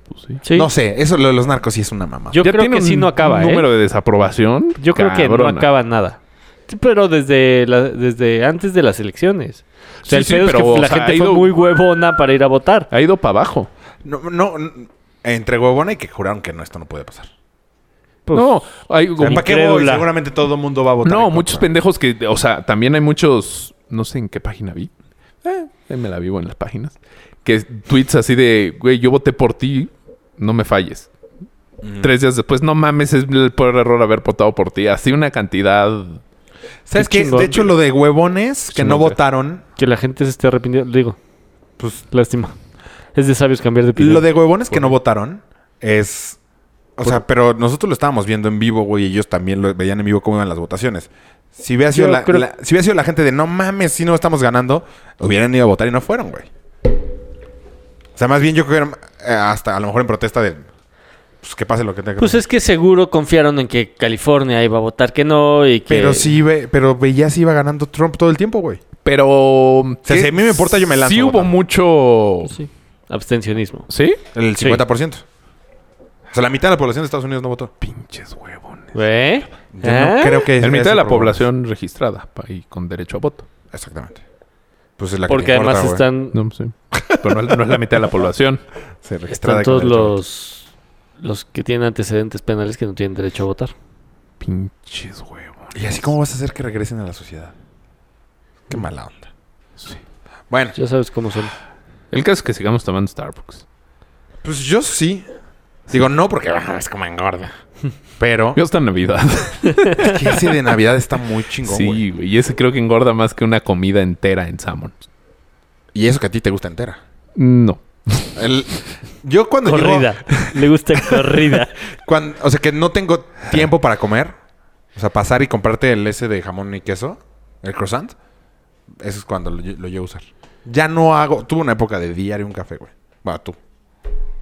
B: Pues sí.
A: Sí.
C: No sé, eso lo de los narcos sí es una mamada.
A: Yo creo
B: tiene
A: que sí
B: un
A: no acaba, ¿eh?
B: número de desaprobación.
A: Yo creo que no
B: cabrona.
A: acaba nada. Sí, Pero desde, la- desde antes de las elecciones. O sea,
B: Sí,
A: el
B: sí,
A: pedo es
B: pero, o
A: que la
B: sea,
A: gente
B: ha
A: fue
B: ido-
A: muy huevona para ir a votar.
B: Ha ido para abajo.
C: No, no, n- entre huevona y que juraron que no, esto no puede pasar.
A: Pues,
B: no, hay
C: O sea,
B: como-
C: ¿Para qué voy?
A: incrédula.
C: Seguramente todo el mundo va a votar. en
B: No,
C: contra.
B: muchos pendejos que, o sea, también hay muchos, no sé en qué página vi. Eh, ahí me la vivo en las páginas. Que tweets así de, güey, yo voté por ti, no me falles. Tres días después, no mames, es el peor error haber votado por ti. Así una cantidad.
C: ¿Sabes
A: Qué
C: qué?
A: chingón,
C: de hecho,
A: güey.
C: lo de huevones que no
B: Chingón, güey.
C: votaron.
A: Que la gente se esté arrepintiendo. Digo, pues lástima. Es de sabios cambiar de opinión.
C: Lo de huevones que no votaron es. O sea, pero nosotros lo estábamos viendo en vivo, güey, y ellos también lo veían en vivo cómo iban las votaciones. Si hubiera sido,
A: Yo
C: la,
A: creo-
C: la- si hubiera sido la gente de no mames, si no estamos ganando, hubieran ido a votar y no fueron, güey. O sea, más bien yo creo que eran, eh, hasta a lo mejor en protesta de pues que pase lo que tenga que
A: Pues
C: pasar.
A: es que seguro confiaron en que California iba a votar que no y que...
C: Pero sí, ve- pero veía si iba ganando Trump todo el tiempo, güey.
B: Pero. O
C: sea, si a mí me importa, yo me lanzo
B: Sí
C: a
B: hubo
C: votar.
B: mucho.
A: Sí. Abstencionismo.
B: ¿Sí?
C: El
A: Sí.
C: 50%. O sea, la mitad de la población de Estados Unidos no votó.
B: Pinches huevones.
A: ¿Eh?
C: Yo
A: ¿Ah?
C: no creo que
B: La
C: sea
B: mitad
C: ese
B: de la
C: problema.
B: población registrada pa- y con derecho a voto.
C: Exactamente. Pues es la que
A: ¿Eh? Porque
C: te importa,
A: además
C: güey.
A: están,
B: No sé. Pero no, no es la mitad de la población.
C: Se registrada
A: están todos
C: con el chavo.
A: los, los que tienen antecedentes penales que no tienen derecho a votar.
B: Pinches huevones.
C: ¿Y así cómo vas a hacer que regresen a la sociedad? Qué mala onda.
B: Sí.
C: Bueno,
A: Ya sabes cómo
C: <laughs>
A: son.
B: El caso es que sigamos tomando Starbucks.
C: pues yo sí. Digo, no, porque ah, es como engorda. Pero
B: Yo hasta <laughs> Navidad.
C: es que ese de Navidad está muy chingón, güey.
B: sí, güey. Y ese creo que engorda más que una comida entera en salmon.
C: Y eso que a ti te gusta entera.
B: No.
C: El- yo cuando
A: Corrida.
C: llego...
A: Le
C: <laughs>
A: gusta corrida.
C: cuan- o sea, que no tengo tiempo para comer. O sea, pasar y comprarte el ese de jamón y queso. El croissant. Eso es cuando lo, lle- lo llevo a usar. Ya no hago... Tuve una época de diario un café, güey. Bueno, tú.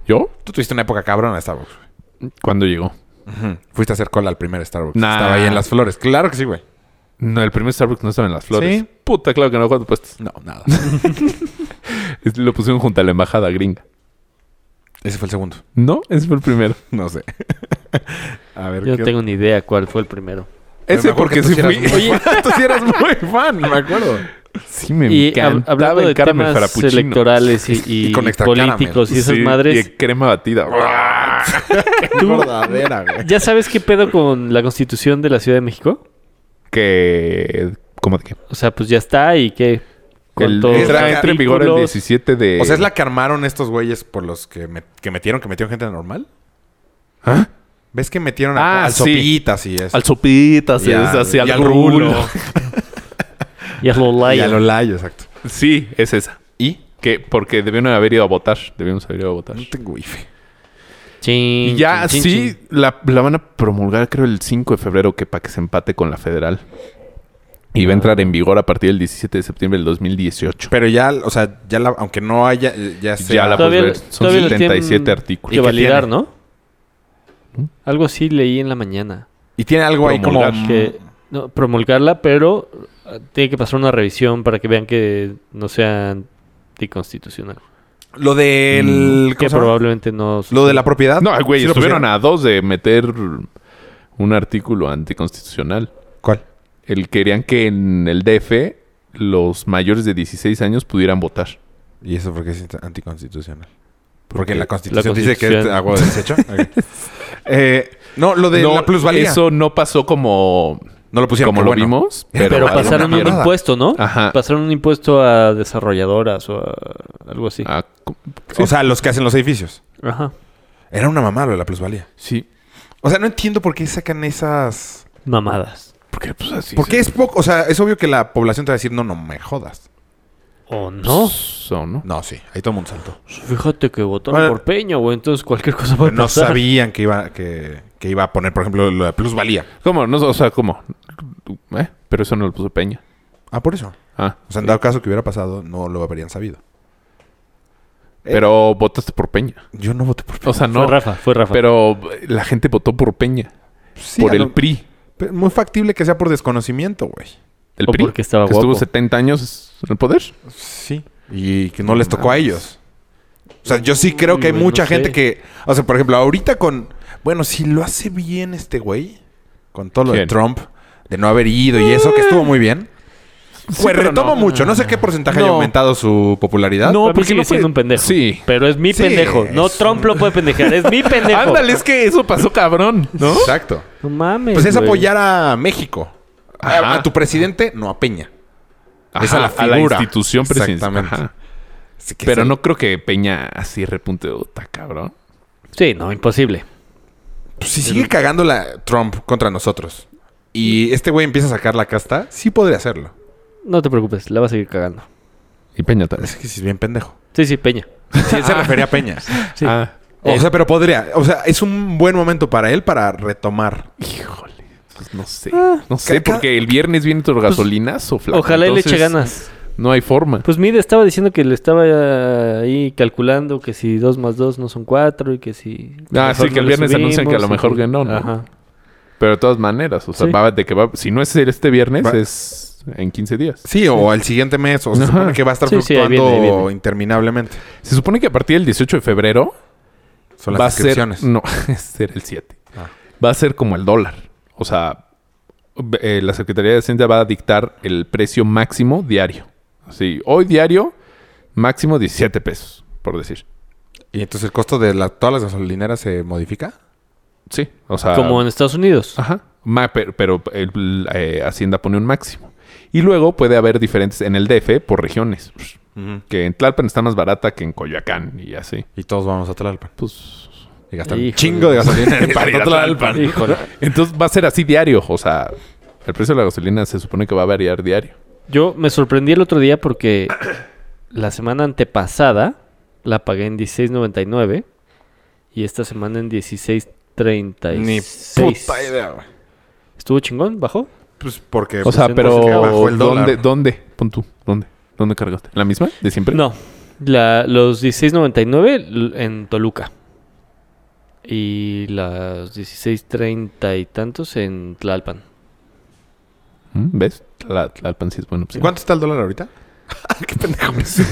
B: ¿Yo?
C: Tú tuviste una época cabrona de Starbucks, güey.
B: ¿Cuándo llegó?
C: Ujú. Fuiste a hacer cola al primer Starbucks.
B: Nah.
C: Estaba ahí en las flores. Claro que sí, güey.
B: No, el primer Starbucks no estaba en las flores.
C: Sí.
B: Puta, claro que no. ¿Cuánto puestas?
C: No, nada.
B: Es- Lo pusieron junto a la embajada gringa.
C: <laughs> Ese fue el segundo.
B: No, ese fue el primero.
C: No sé. <laughs> a ver,
A: Yo no tengo ni idea cuál fue el primero.
B: Ese porque sí fui.
C: Oye,
B: <laughs>
C: tú sí eras muy fan, me acuerdo.
B: Sí, me
A: Y hab-
B: encantaba
A: hablando
B: el
A: de
B: caramel
A: temas
B: frappuccino.
A: electorales y, y
C: <laughs> Y con extra
A: políticos y esas
B: Sí,
A: madres,
B: Y crema batida.
C: Verdadera, güey.
A: ¿ya sabes qué pedo con la constitución de la Ciudad de México?
B: que... ¿Cómo de qué?
A: O sea, pues ya está y qué.
B: El,
A: ¿Cuántos
B: entra,
C: Es la-
B: entra en vigor el
A: artículos?
B: 17 de...
C: O sea, es la que armaron estos güeyes por los que, me- que metieron, que metieron gente normal.
B: ¿Ah?
C: ¿Ves que metieron a,
B: Ah,
C: al
B: sí.
C: Sopitas y eso?
B: Al sopitas,
C: Y
B: es
C: al-
B: así,
C: y
B: al,
C: al
B: rulo.
C: rulo.
A: Y a lo
C: Y
A: laya.
C: a Lolayo, exacto.
B: <laughs> Sí, es esa.
C: ¿Y?
B: Que porque debieron haber ido a votar. Debimos haber ido a votar.
C: No tengo wifi.
A: Chin,
B: Y ya
A: chin, chin,
B: sí,
A: chin.
B: la, la van a promulgar creo el 5 de febrero que para que se empate con la federal. Y va a entrar en vigor a partir del 17 de septiembre del 2018.
C: Pero ya, o sea, ya la- aunque no haya, eh, ya sea...
B: Ya la
A: Todavía-
B: puedes ver. Son
A: todavía lo tienen
B: 77
A: Que
B: artículos. ¿Mm?
A: validar,
C: tiene?
A: ¿no? Algo así leí en la mañana.
C: Y tiene algo ahí como...
B: Promulgar.
A: Que, no, promulgarla, pero eh, tiene que pasar una revisión para que vean que no sea anticonstitucional.
C: mm, Lo del...
A: Que
C: ¿cómo se llama?
A: probablemente no...
C: Lo de la propiedad.
B: mm, Ah, No, ay, güey,
C: ¿sí lo
B: estuvieron
C: pusieron?
B: a dos de meter un artículo anticonstitucional.
C: ¿Cuál?
B: El querían que en el DF los mayores de 16 años pudieran votar.
C: ¿Y eso porque es anticonstitucional? Porque
B: Porque
C: la Constitución,
A: la
C: dice que es
A: Constitución-
C: agua de
B: <laughs>
C: desecho. Ok. Eh, no, lo de
B: No,
C: la plusvalía.
B: Eso no pasó como,
C: no lo pusieron.
B: como
C: qué
B: lo
C: bueno.
B: <laughs> vimos.
C: Pero
B: Pero,
A: Pero
B: algo
A: pasaron un
C: mamada.
B: metieron.
A: impuesto, ¿no?
B: Ajá.
A: Pasaron un impuesto a desarrolladoras o a algo así.
B: Ah, co-
C: O sea, los que hacen los edificios.
A: Ajá.
C: Era una mamada lo de la plusvalía.
B: sí.
C: O sea, no entiendo por qué sacan esas...
A: Mamadas.
B: Porque pues así.
C: Porque es poco... O sea, es obvio que la población te va a decir, no, no me jodas.
A: ¿O no?
B: Son, ¿no?
C: No, sí. Ahí todo el mundo saltó.
A: Fíjate que votaron
C: Bueno.
A: por Peña, güey. Entonces cualquier cosa puede
C: No
A: pasar.
C: sabían que iba, que, que iba a poner, por ejemplo, lo de plusvalía.
B: ¿Cómo? No, o sea, ¿cómo? ¿Eh? Pero eso no lo puso Peña.
C: Ah, por eso.
B: Ah.
C: O sea, en dado caso que hubiera pasado, no lo habrían sabido.
B: Pero votaste por Peña.
C: Yo no voté por...
B: O sea, no.
A: Fue Rafa, fue Rafa.
B: Pero la gente votó por Peña.
C: Sí,
B: por
C: a
B: el
C: lo-
B: PRI.
C: Pero Muy factible que sea por desconocimiento, güey.
B: El
A: O
B: PRI.
A: porque estaba
B: que estuvo
A: guapo.
B: 70 años en el poder.
C: Sí. Y que no les tocó a
B: Mames.
C: ellos. O sea, yo sí creo que hay
A: Mm, güey,
C: mucha
A: no
C: gente
A: sé.
C: que... O sea, por ejemplo, ahorita con... Bueno, si lo hace bien este güey, con todo lo de
B: ¿Quién?
C: Trump, de no haber ido y eso, que estuvo muy bien. pues retoma mucho. No sé qué porcentaje haya
B: No.
C: aumentado su popularidad.
A: No,
B: No,
A: porque
B: porque
A: sigue
B: no fue-
A: siendo un pendejo.
B: Sí.
A: Pero es mi
C: Sí,
A: pendejo. No
C: es
A: Trump lo puede pendejear. Es mi pendejo.
B: Ándale, es que eso pasó cabrón, ¿no?
C: Exacto.
A: No mames.
C: Pues es
A: güey.
C: apoyar a México. A-
B: Ajá.
C: A tu presidente, no a Peña. Es a la
B: a la
C: figura.
B: institución presidencial.
C: Exactamente.
B: Ajá.
C: Así que
B: Pero
C: sí.
B: no creo que Peña así repunte otra, cabrón.
A: Sí, no, imposible.
C: Pues si sigue cagando la Trump contra nosotros y este güey empieza a sacar la casta, sí podría hacerlo.
A: No te preocupes, la va a seguir cagando.
B: Y Peña también.
C: Es que sí es bien pendejo.
A: Sí, sí, Peña.
C: Sí, se refería a Peña.
A: Sí.
B: Ah,
C: O sea, pero podría. O sea, es un buen momento para él para retomar.
B: híjole. Pues no sé.
A: Ah. pues,
B: No sé,
C: Ca- ca-
B: porque el viernes viene tu gasolinazo, flaco.
A: Ojalá y le eche
B: Entonces,
A: ganas.
B: No hay forma.
A: Pues Mide estaba diciendo que le estaba eh, ahí calculando que si 2 más 2 no son 4 y que si...
B: Ah,
A: mejor
B: sí, que el
A: le
B: viernes anuncian que a lo
A: y
B: mejor que no, ¿no?
A: Ajá.
B: Pero de todas maneras, o sea,
A: Sí.
B: va de que va. Si no es este viernes,
C: Va-
B: es en 15 días.
C: Sí, o el siguiente mes. O se
B: Ajá.
C: supone que va a estar
A: Sí, sí, ahí
C: fluctuando
A: viene, ahí viene.
C: interminablemente.
B: Se supone que a partir del 18 de febrero
C: Son las
B: ser,
C: inscripciones.
B: No, <laughs> este era el 7.
C: Ah.
B: Va a ser como el dólar. O sea, eh, la Secretaría de Hacienda va a dictar el precio máximo diario. Así, hoy diario, máximo 17 pesos, por decir.
C: Y entonces el costo de la- todas las gasolineras se modifica.
B: Sí, o sea...
A: Como en Estados Unidos.
B: Ajá. Ma- per- pero el- eh, Hacienda pone un máximo. Y luego puede haber diferentes en el DF por regiones. Que en Tlalpan está más barata que en Coyoacán y así.
C: Y todos vamos a Tlalpan.
B: Pues...
C: Y gastar
A: Híjole.
C: un chingo de gasolina para ir a Tlalpan.
A: Híjole.
B: Entonces va a ser así diario. O sea, el precio de la gasolina se supone que va a variar diario.
A: Yo me sorprendí el otro día porque la semana antepasada la pagué en 16.99 y esta semana en 16.36.
C: Ni puta idea, güey.
A: ¿Estuvo chingón? ¿Bajó?
C: Pues porque...
B: O sea,
A: pues,
B: pero
A: entonces que
C: bajó el dólar.
B: ¿dónde? ¿Dónde? Pon tú. ¿Dónde? ¿Dónde cargaste? ¿La misma de siempre?
A: No. La- los 16.99 l- en Toluca. Y las 16.30 y tantos en Tlalpan.
B: ¿Mm? ¿Ves? La, la pan sí es pues. buena opción.
C: ¿Cuánto está el dólar
B: <laughs>
C: ahorita? ¡Qué pendejo! <laughs> si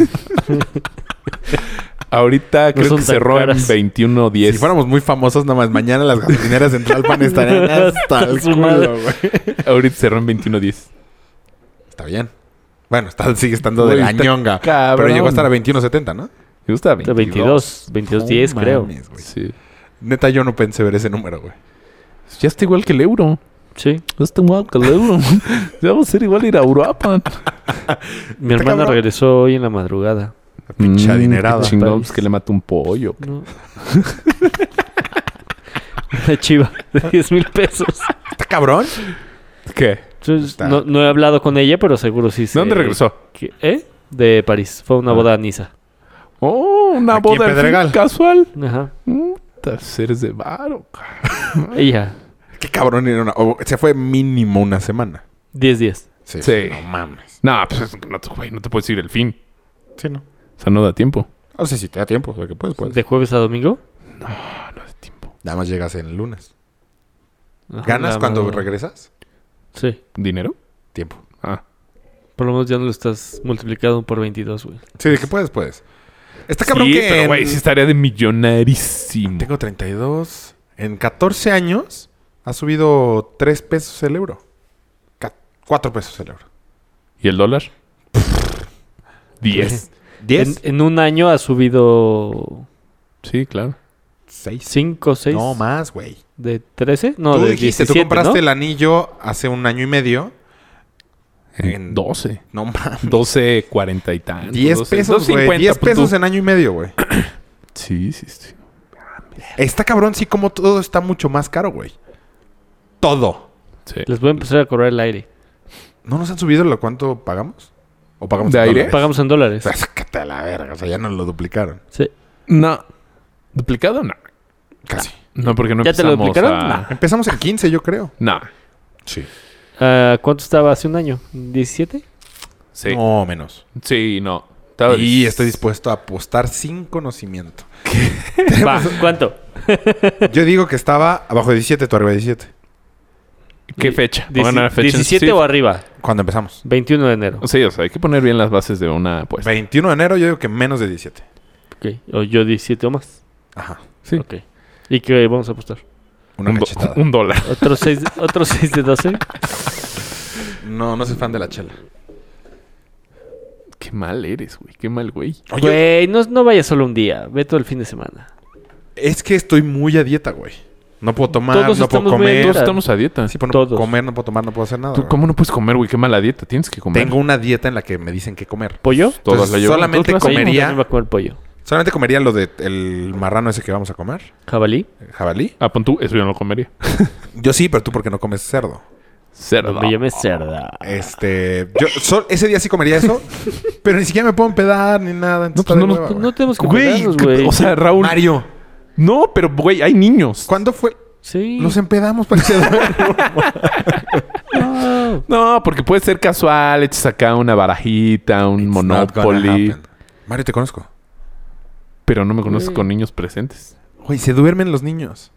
B: Ahorita creo
A: son
B: que
A: tan
B: cerró
A: caras.
B: en 21.10.
C: fuéramos muy famosos, nada más mañana las gasolineras en Tlalpan
B: <laughs>
C: estarían hasta el
A: Su
C: culo,
A: madre.
C: güey.
B: Ahorita cerró en 21.10.
C: Está bien. Bueno, está, sigue estando de
B: Güey,
C: la
B: está
C: ñonga.
B: cabrón.
C: Pero llegó a estar a 21.70, ¿no?
B: Me gusta
A: Está 22, 22.10
C: No
A: creo.
C: mames, güey.
B: Sí.
C: Neta, yo no pensé ver ese número, güey.
B: Ya está igual que el euro.
A: Sí.
B: Ya está igual que
C: <laughs>
B: el euro. ya va a ser igual ir a Europa.
A: Mi hermana
C: cabrón.
A: regresó hoy en la madrugada.
C: Pinche
B: Mm,
C: adinerada.
B: qué chingón,
A: País.
B: pues que le mata un pollo.
A: No. Una chiva de 10 mil pesos.
C: ¿Está cabrón?
B: ¿Qué?
A: Entonces,
C: Está.
A: no, no he hablado con ella, pero seguro sí. se-
B: ¿Dónde regresó?
A: que- ¿Eh? De París. Fue una boda a Niza.
B: Oh,
C: Aquí
B: una
C: en
B: boda en fin
C: Pedregal.
B: casual.
A: Ajá.
B: Mm, Terceres de varo,
A: Ella.
C: ¿Qué cabrón era una... o- se fue mínimo una semana.
A: 10 días.
C: Sí.
B: Sí.
C: No mames.
B: No, pues es- no, te- güey, no te puedes ir el fin.
C: Sí, no.
B: O sea, no da tiempo.
C: O sea, si te da tiempo, o sea, que puedes, puedes.
A: ¿De jueves a domingo?
C: Ah,
B: No, no da tiempo.
C: Nada más llegas el lunes.
B: Ah,
A: Ajá,
C: ¿Ganas
A: la
C: cuando
A: mano.
C: regresas?
A: Sí.
B: ¿Dinero?
C: Tiempo.
B: Ah.
A: Por lo menos ya no lo estás multiplicado por 22, güey.
C: Sí, de que puedes, puedes. Está cabrón
B: sí,
C: que
B: pero
C: en-
B: güey, sí estaría de millonarísimo.
C: tengo 32. En 14 años ha subido 3 pesos el euro. 4 pesos el euro.
B: ¿Y
C: <laughs>
B: el dólar? 10.
A: En, en un año ha subido
B: Sí, claro.
C: 6.
A: 5, 6.
C: No más, güey.
A: ¿De 13? No,
C: tú
A: de
C: dijiste,
A: 17,
C: tú compraste
A: ¿no?
C: el anillo hace un año y medio. En-
B: En 12.
C: No mames. <laughs>
B: 12, 40 y tantos.
C: 10
B: 12,
C: pesos, güey. 10
B: pues,
C: pesos
B: tú-
C: en año y medio, güey.
B: Sí, sí, sí.
C: Está cabrón, sí, como todo está mucho más caro, güey. Todo.
B: Sí.
A: Les voy a empezar a cobrar el aire.
C: Pues. ¿No nos han subido lo cuánto pagamos? ¿O pagamos
B: ¿De
C: en
B: aire?
C: dólares?
A: Pagamos en
C: O
A: dólares.
C: sea, <laughs> sácate a la verga. O sea, ya nos lo duplicaron.
A: Sí.
B: No. ¿Duplicado? No.
C: Casi.
B: No, porque no
A: ¿Ya te lo
B: empezamos
A: duplicaron?
B: a-
C: Empezamos en 15, yo creo.
B: No.
C: Sí.
A: Ah, ¿Cuánto estaba hace un año?
C: <laughs>
A: ¿17?
B: Sí.
C: No, menos.
B: Sí, no. Estaba
C: Y
B: de-
C: estoy dispuesto a apostar sin conocimiento.
A: Va, ¿cuánto?
C: Yo digo que estaba abajo de 17, tú arriba de 17.
B: ¿Qué fecha?
A: Dieci-
B: Pongan la fecha en
A: 17
B: específico.
A: o arriba.
C: Cuando empezamos.
A: 21 de enero.
B: Sí, o sea, hay que poner bien las bases de una
A: Pues
B: apuesta.
C: 21 de enero, yo digo que menos de 17.
A: Ok. O yo 17 o más.
C: Ajá.
B: Sí.
A: Ok. ¿Y qué vamos a apostar?
C: Una
B: un, do-
C: cachetada.
B: <laughs> un dólar.
A: ¿Otro
C: <laughs>
A: 6 otro seis de 12?
C: No, no soy fan de la chela.
B: Qué mal eres, güey. Qué mal, güey.
A: Güey, no, no vayas solo un día. Ve todo el fin de semana.
C: Es que estoy muy a dieta, güey. No puedo tomar,
A: Todos
C: no puedo
A: estamos muy a
C: comer.
B: Todos
A: dieta.
B: estamos a dieta.
C: Sí, pero no
A: Todos.
C: puedo comer, no puedo tomar, no puedo hacer nada.
B: ¿Tú
C: güey.
B: cómo no puedes comer, güey? Qué mala dieta. Tienes que comer.
C: Tengo una dieta en la que me dicen qué comer.
A: ¿Pollo?
B: Todas
C: Entonces,
B: la llevan.
C: solamente
A: Todos los años
C: comería-
A: también va a comer pollo.
C: Solamente comería lo del el marrano ese que vamos a comer,
A: ¿Jabalí?
C: el jabalí.
B: Ah, pon tú. Eso yo no lo comería.
C: Yo sí, pero tú porque no comes cerdo.
B: Cerdo.
A: Me llame cerda.
C: Este, yo sol- ese día sí comería eso, pero ni siquiera me puedo empedar ni nada.
B: No,
C: entonces
B: pues
C: está
B: no,
C: de
B: nos-
C: hueva,
A: No,
C: güey.
A: tenemos que
B: Güey,
A: cuidarnos,
B: que-
A: güey.
B: o sea, Raúl.
C: Mario,
B: No, pero güey, hay niños.
C: ¿cuándo fue?
A: sí.
C: Los empedamos para que se duerman.
A: No.
B: No, porque puede ser casual, echas acá una barajita, un
C: It's not gonna
B: Monopoly.
C: happen. Mario, te conozco.
B: Pero no me conoces
A: Güey.
B: con niños presentes.
C: Güey, se duermen los niños.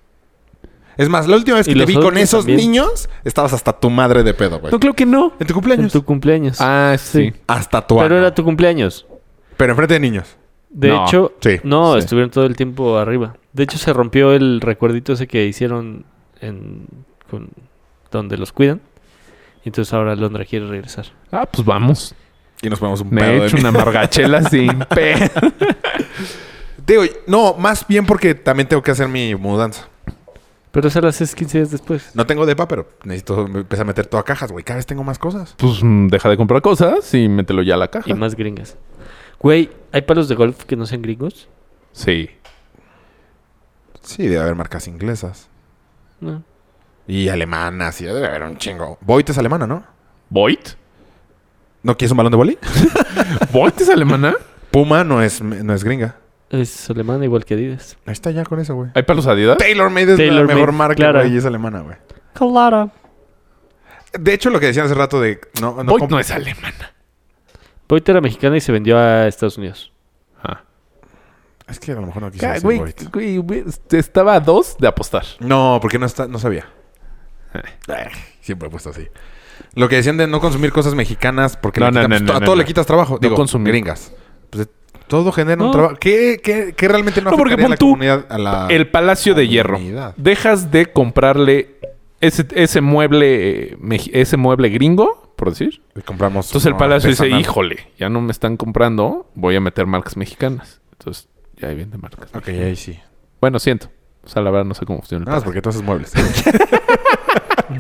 C: Es más, la última vez
A: Y
C: que te
A: los
C: vi con
A: adultos
C: esos
A: también.
C: niños, estabas hasta tu madre de pedo, güey.
B: No, creo que no.
C: En tu cumpleaños.
A: En tu cumpleaños.
B: Ah, sí.
A: Sí.
C: Hasta tu
A: Pero
C: ano.
A: era tu cumpleaños.
C: Pero enfrente de niños.
A: De
B: No,
A: hecho,
C: sí,
A: no,
B: sí.
A: estuvieron todo el tiempo arriba. De hecho, se rompió el recuerdito ese que hicieron en con- donde los cuidan. Y Entonces ahora Londra quiere regresar.
B: Ah, pues vamos.
C: Y nos ponemos un
B: Me
C: pedo
B: he
C: de
B: hecho
C: mí.
B: una margachela sin pe.
C: <laughs> Digo, no, más bien porque también tengo que hacer mi mudanza.
A: Pero esa las es 15 días después.
C: No tengo depa, pero necesito empezar a meter todas cajas, güey. Cada vez tengo más cosas.
B: Pues mm, deja de comprar cosas y mételo ya a la caja.
A: Y más gringas. Güey, ¿hay palos de golf que no sean gringos?
B: Sí.
C: Sí, debe haber marcas inglesas.
A: No.
C: Y alemanas, y debe haber un chingo. Voigt es alemana, ¿no?
B: ¿Voigt?
C: ¿No quieres un balón de boli?
B: ¿Voigt es alemana?
C: Puma no es, no es gringa.
A: Es alemana igual que Adidas.
C: Ahí está ya con eso, güey.
B: ¿Hay palos Adidas?
C: Taylor Made es
A: Taylor
C: la mejor
A: Made,
C: marca,
A: claro.
C: güey, y es alemana, güey.
A: Claro.
C: De hecho, lo que decían hace rato de... No, no,
B: Voigt
C: comp-
B: no es alemana.
A: Voigt era mexicana y se vendió a Estados Unidos.
B: Ah.
C: es que a lo mejor no quise
B: Ca-
C: decir
B: Güey,
C: Voigt.
B: güey, güey, estaba a dos de apostar.
C: No, porque no, está, no sabía. Eh, Siempre he puesto así. Lo que decían de no consumir cosas mexicanas porque
B: No,
C: le
B: no,
C: quitan-
B: no,
C: pues,
B: no,
C: a
B: no,
C: todo
B: no.
C: le quitas trabajo. Digo,
B: consumir.
C: gringas. Pues, eh, todo genera
A: No.
C: un trabajo. ¿Qué, qué, qué realmente no,
B: No, porque
C: afectaría a la
B: pon tú
C: comunidad? A la...
B: El Palacio de
C: la
B: Hierro.
C: unidad.
B: Dejas de comprarle ese, ese mueble eh, meji- ese mueble gringo, por decir.
C: Le Compramos
B: Entonces el
C: uno
B: Palacio dice,
C: artesanal.
B: híjole, ya no me están comprando, voy a meter marcas mexicanas. Entonces, ya ahí vende marcas.
C: Ok, ahí sí.
B: Bueno, siento. O sea, la verdad no sé cómo funciona el
C: Nada más
B: Palacio.
C: porque tú haces muebles.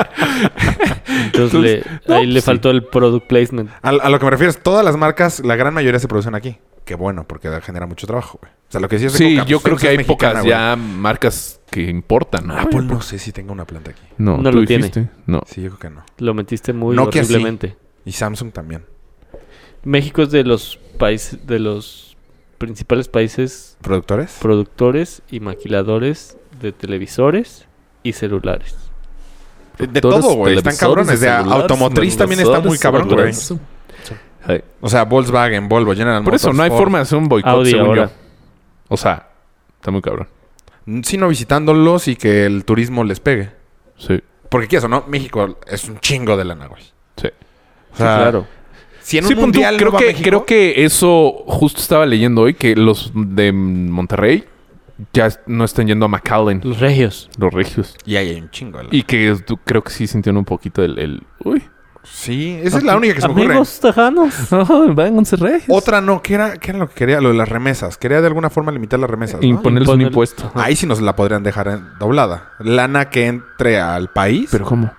C: <laughs>
A: Entonces,
B: Entonces,
A: le-
B: no,
A: ahí le
B: pues sí.
A: faltó el product placement.
C: a, a lo que me refiero es todas las marcas, la gran mayoría se producen aquí. Qué bueno, porque da- genera mucho trabajo, güey. O sea, lo que sí es de
B: Sí,
C: Coca,
B: yo
C: pues,
B: creo
C: no
B: que
C: es
B: hay
C: mexicana,
B: pocas
C: güey.
B: ya marcas que importan. ¿no?
C: Apple no sé si tenga una planta aquí.
B: No,
A: Ah, pues, No
B: tú
A: lo tiene.
B: dijiste. No.
C: Sí, yo creo que no.
A: Lo metiste muy
C: Nokia sí.
A: horriblemente.
C: Y Samsung también.
A: México es de los países, de los principales países
C: ¿Productores?
A: productores y maquiladores de televisores y celulares.
C: De todo, güey. Están cabrones. De automotriz también está muy cabrón, güey.
B: Ay,
C: O sea, Volkswagen, Volvo, General
B: Por eso no hay
C: Motors, Ford.
B: forma de hacer un boicot,
A: Audi
B: según
A: ahora.
B: yo. O sea, está muy cabrón.
C: Sino visitándolos y que el turismo les pegue.
B: Sí,
C: Porque quieras o no, México es un chingo de lana, güey.
B: sí.
C: O sea,
A: claro.
C: Si en un
B: Sí, pon tú,
C: mundial
B: creo,
C: no va
B: que,
C: México-
B: creo que eso justo estaba leyendo hoy que los de Monterrey ya es- no están yendo a McAllen,
A: Los regios.
B: los regios.
C: Y ahí hay un chingo de lana.
B: Y que es- tú- creo que sí sintieron un poquito el... el- uy.
C: Sí, esa es la única que se me ocurre.
A: Amigos tejanos.
B: Váyanse regios.
C: Otra no, ¿qué era, ¿qué era lo que quería? Lo de las remesas. Quería de alguna forma limitar las remesas, ¿no?
B: Imponerles un
A: Imponer-
B: impuesto.
C: Ahí sí nos la podrían dejar en- doblada. Lana que entre al país,
B: ¿Pero cómo?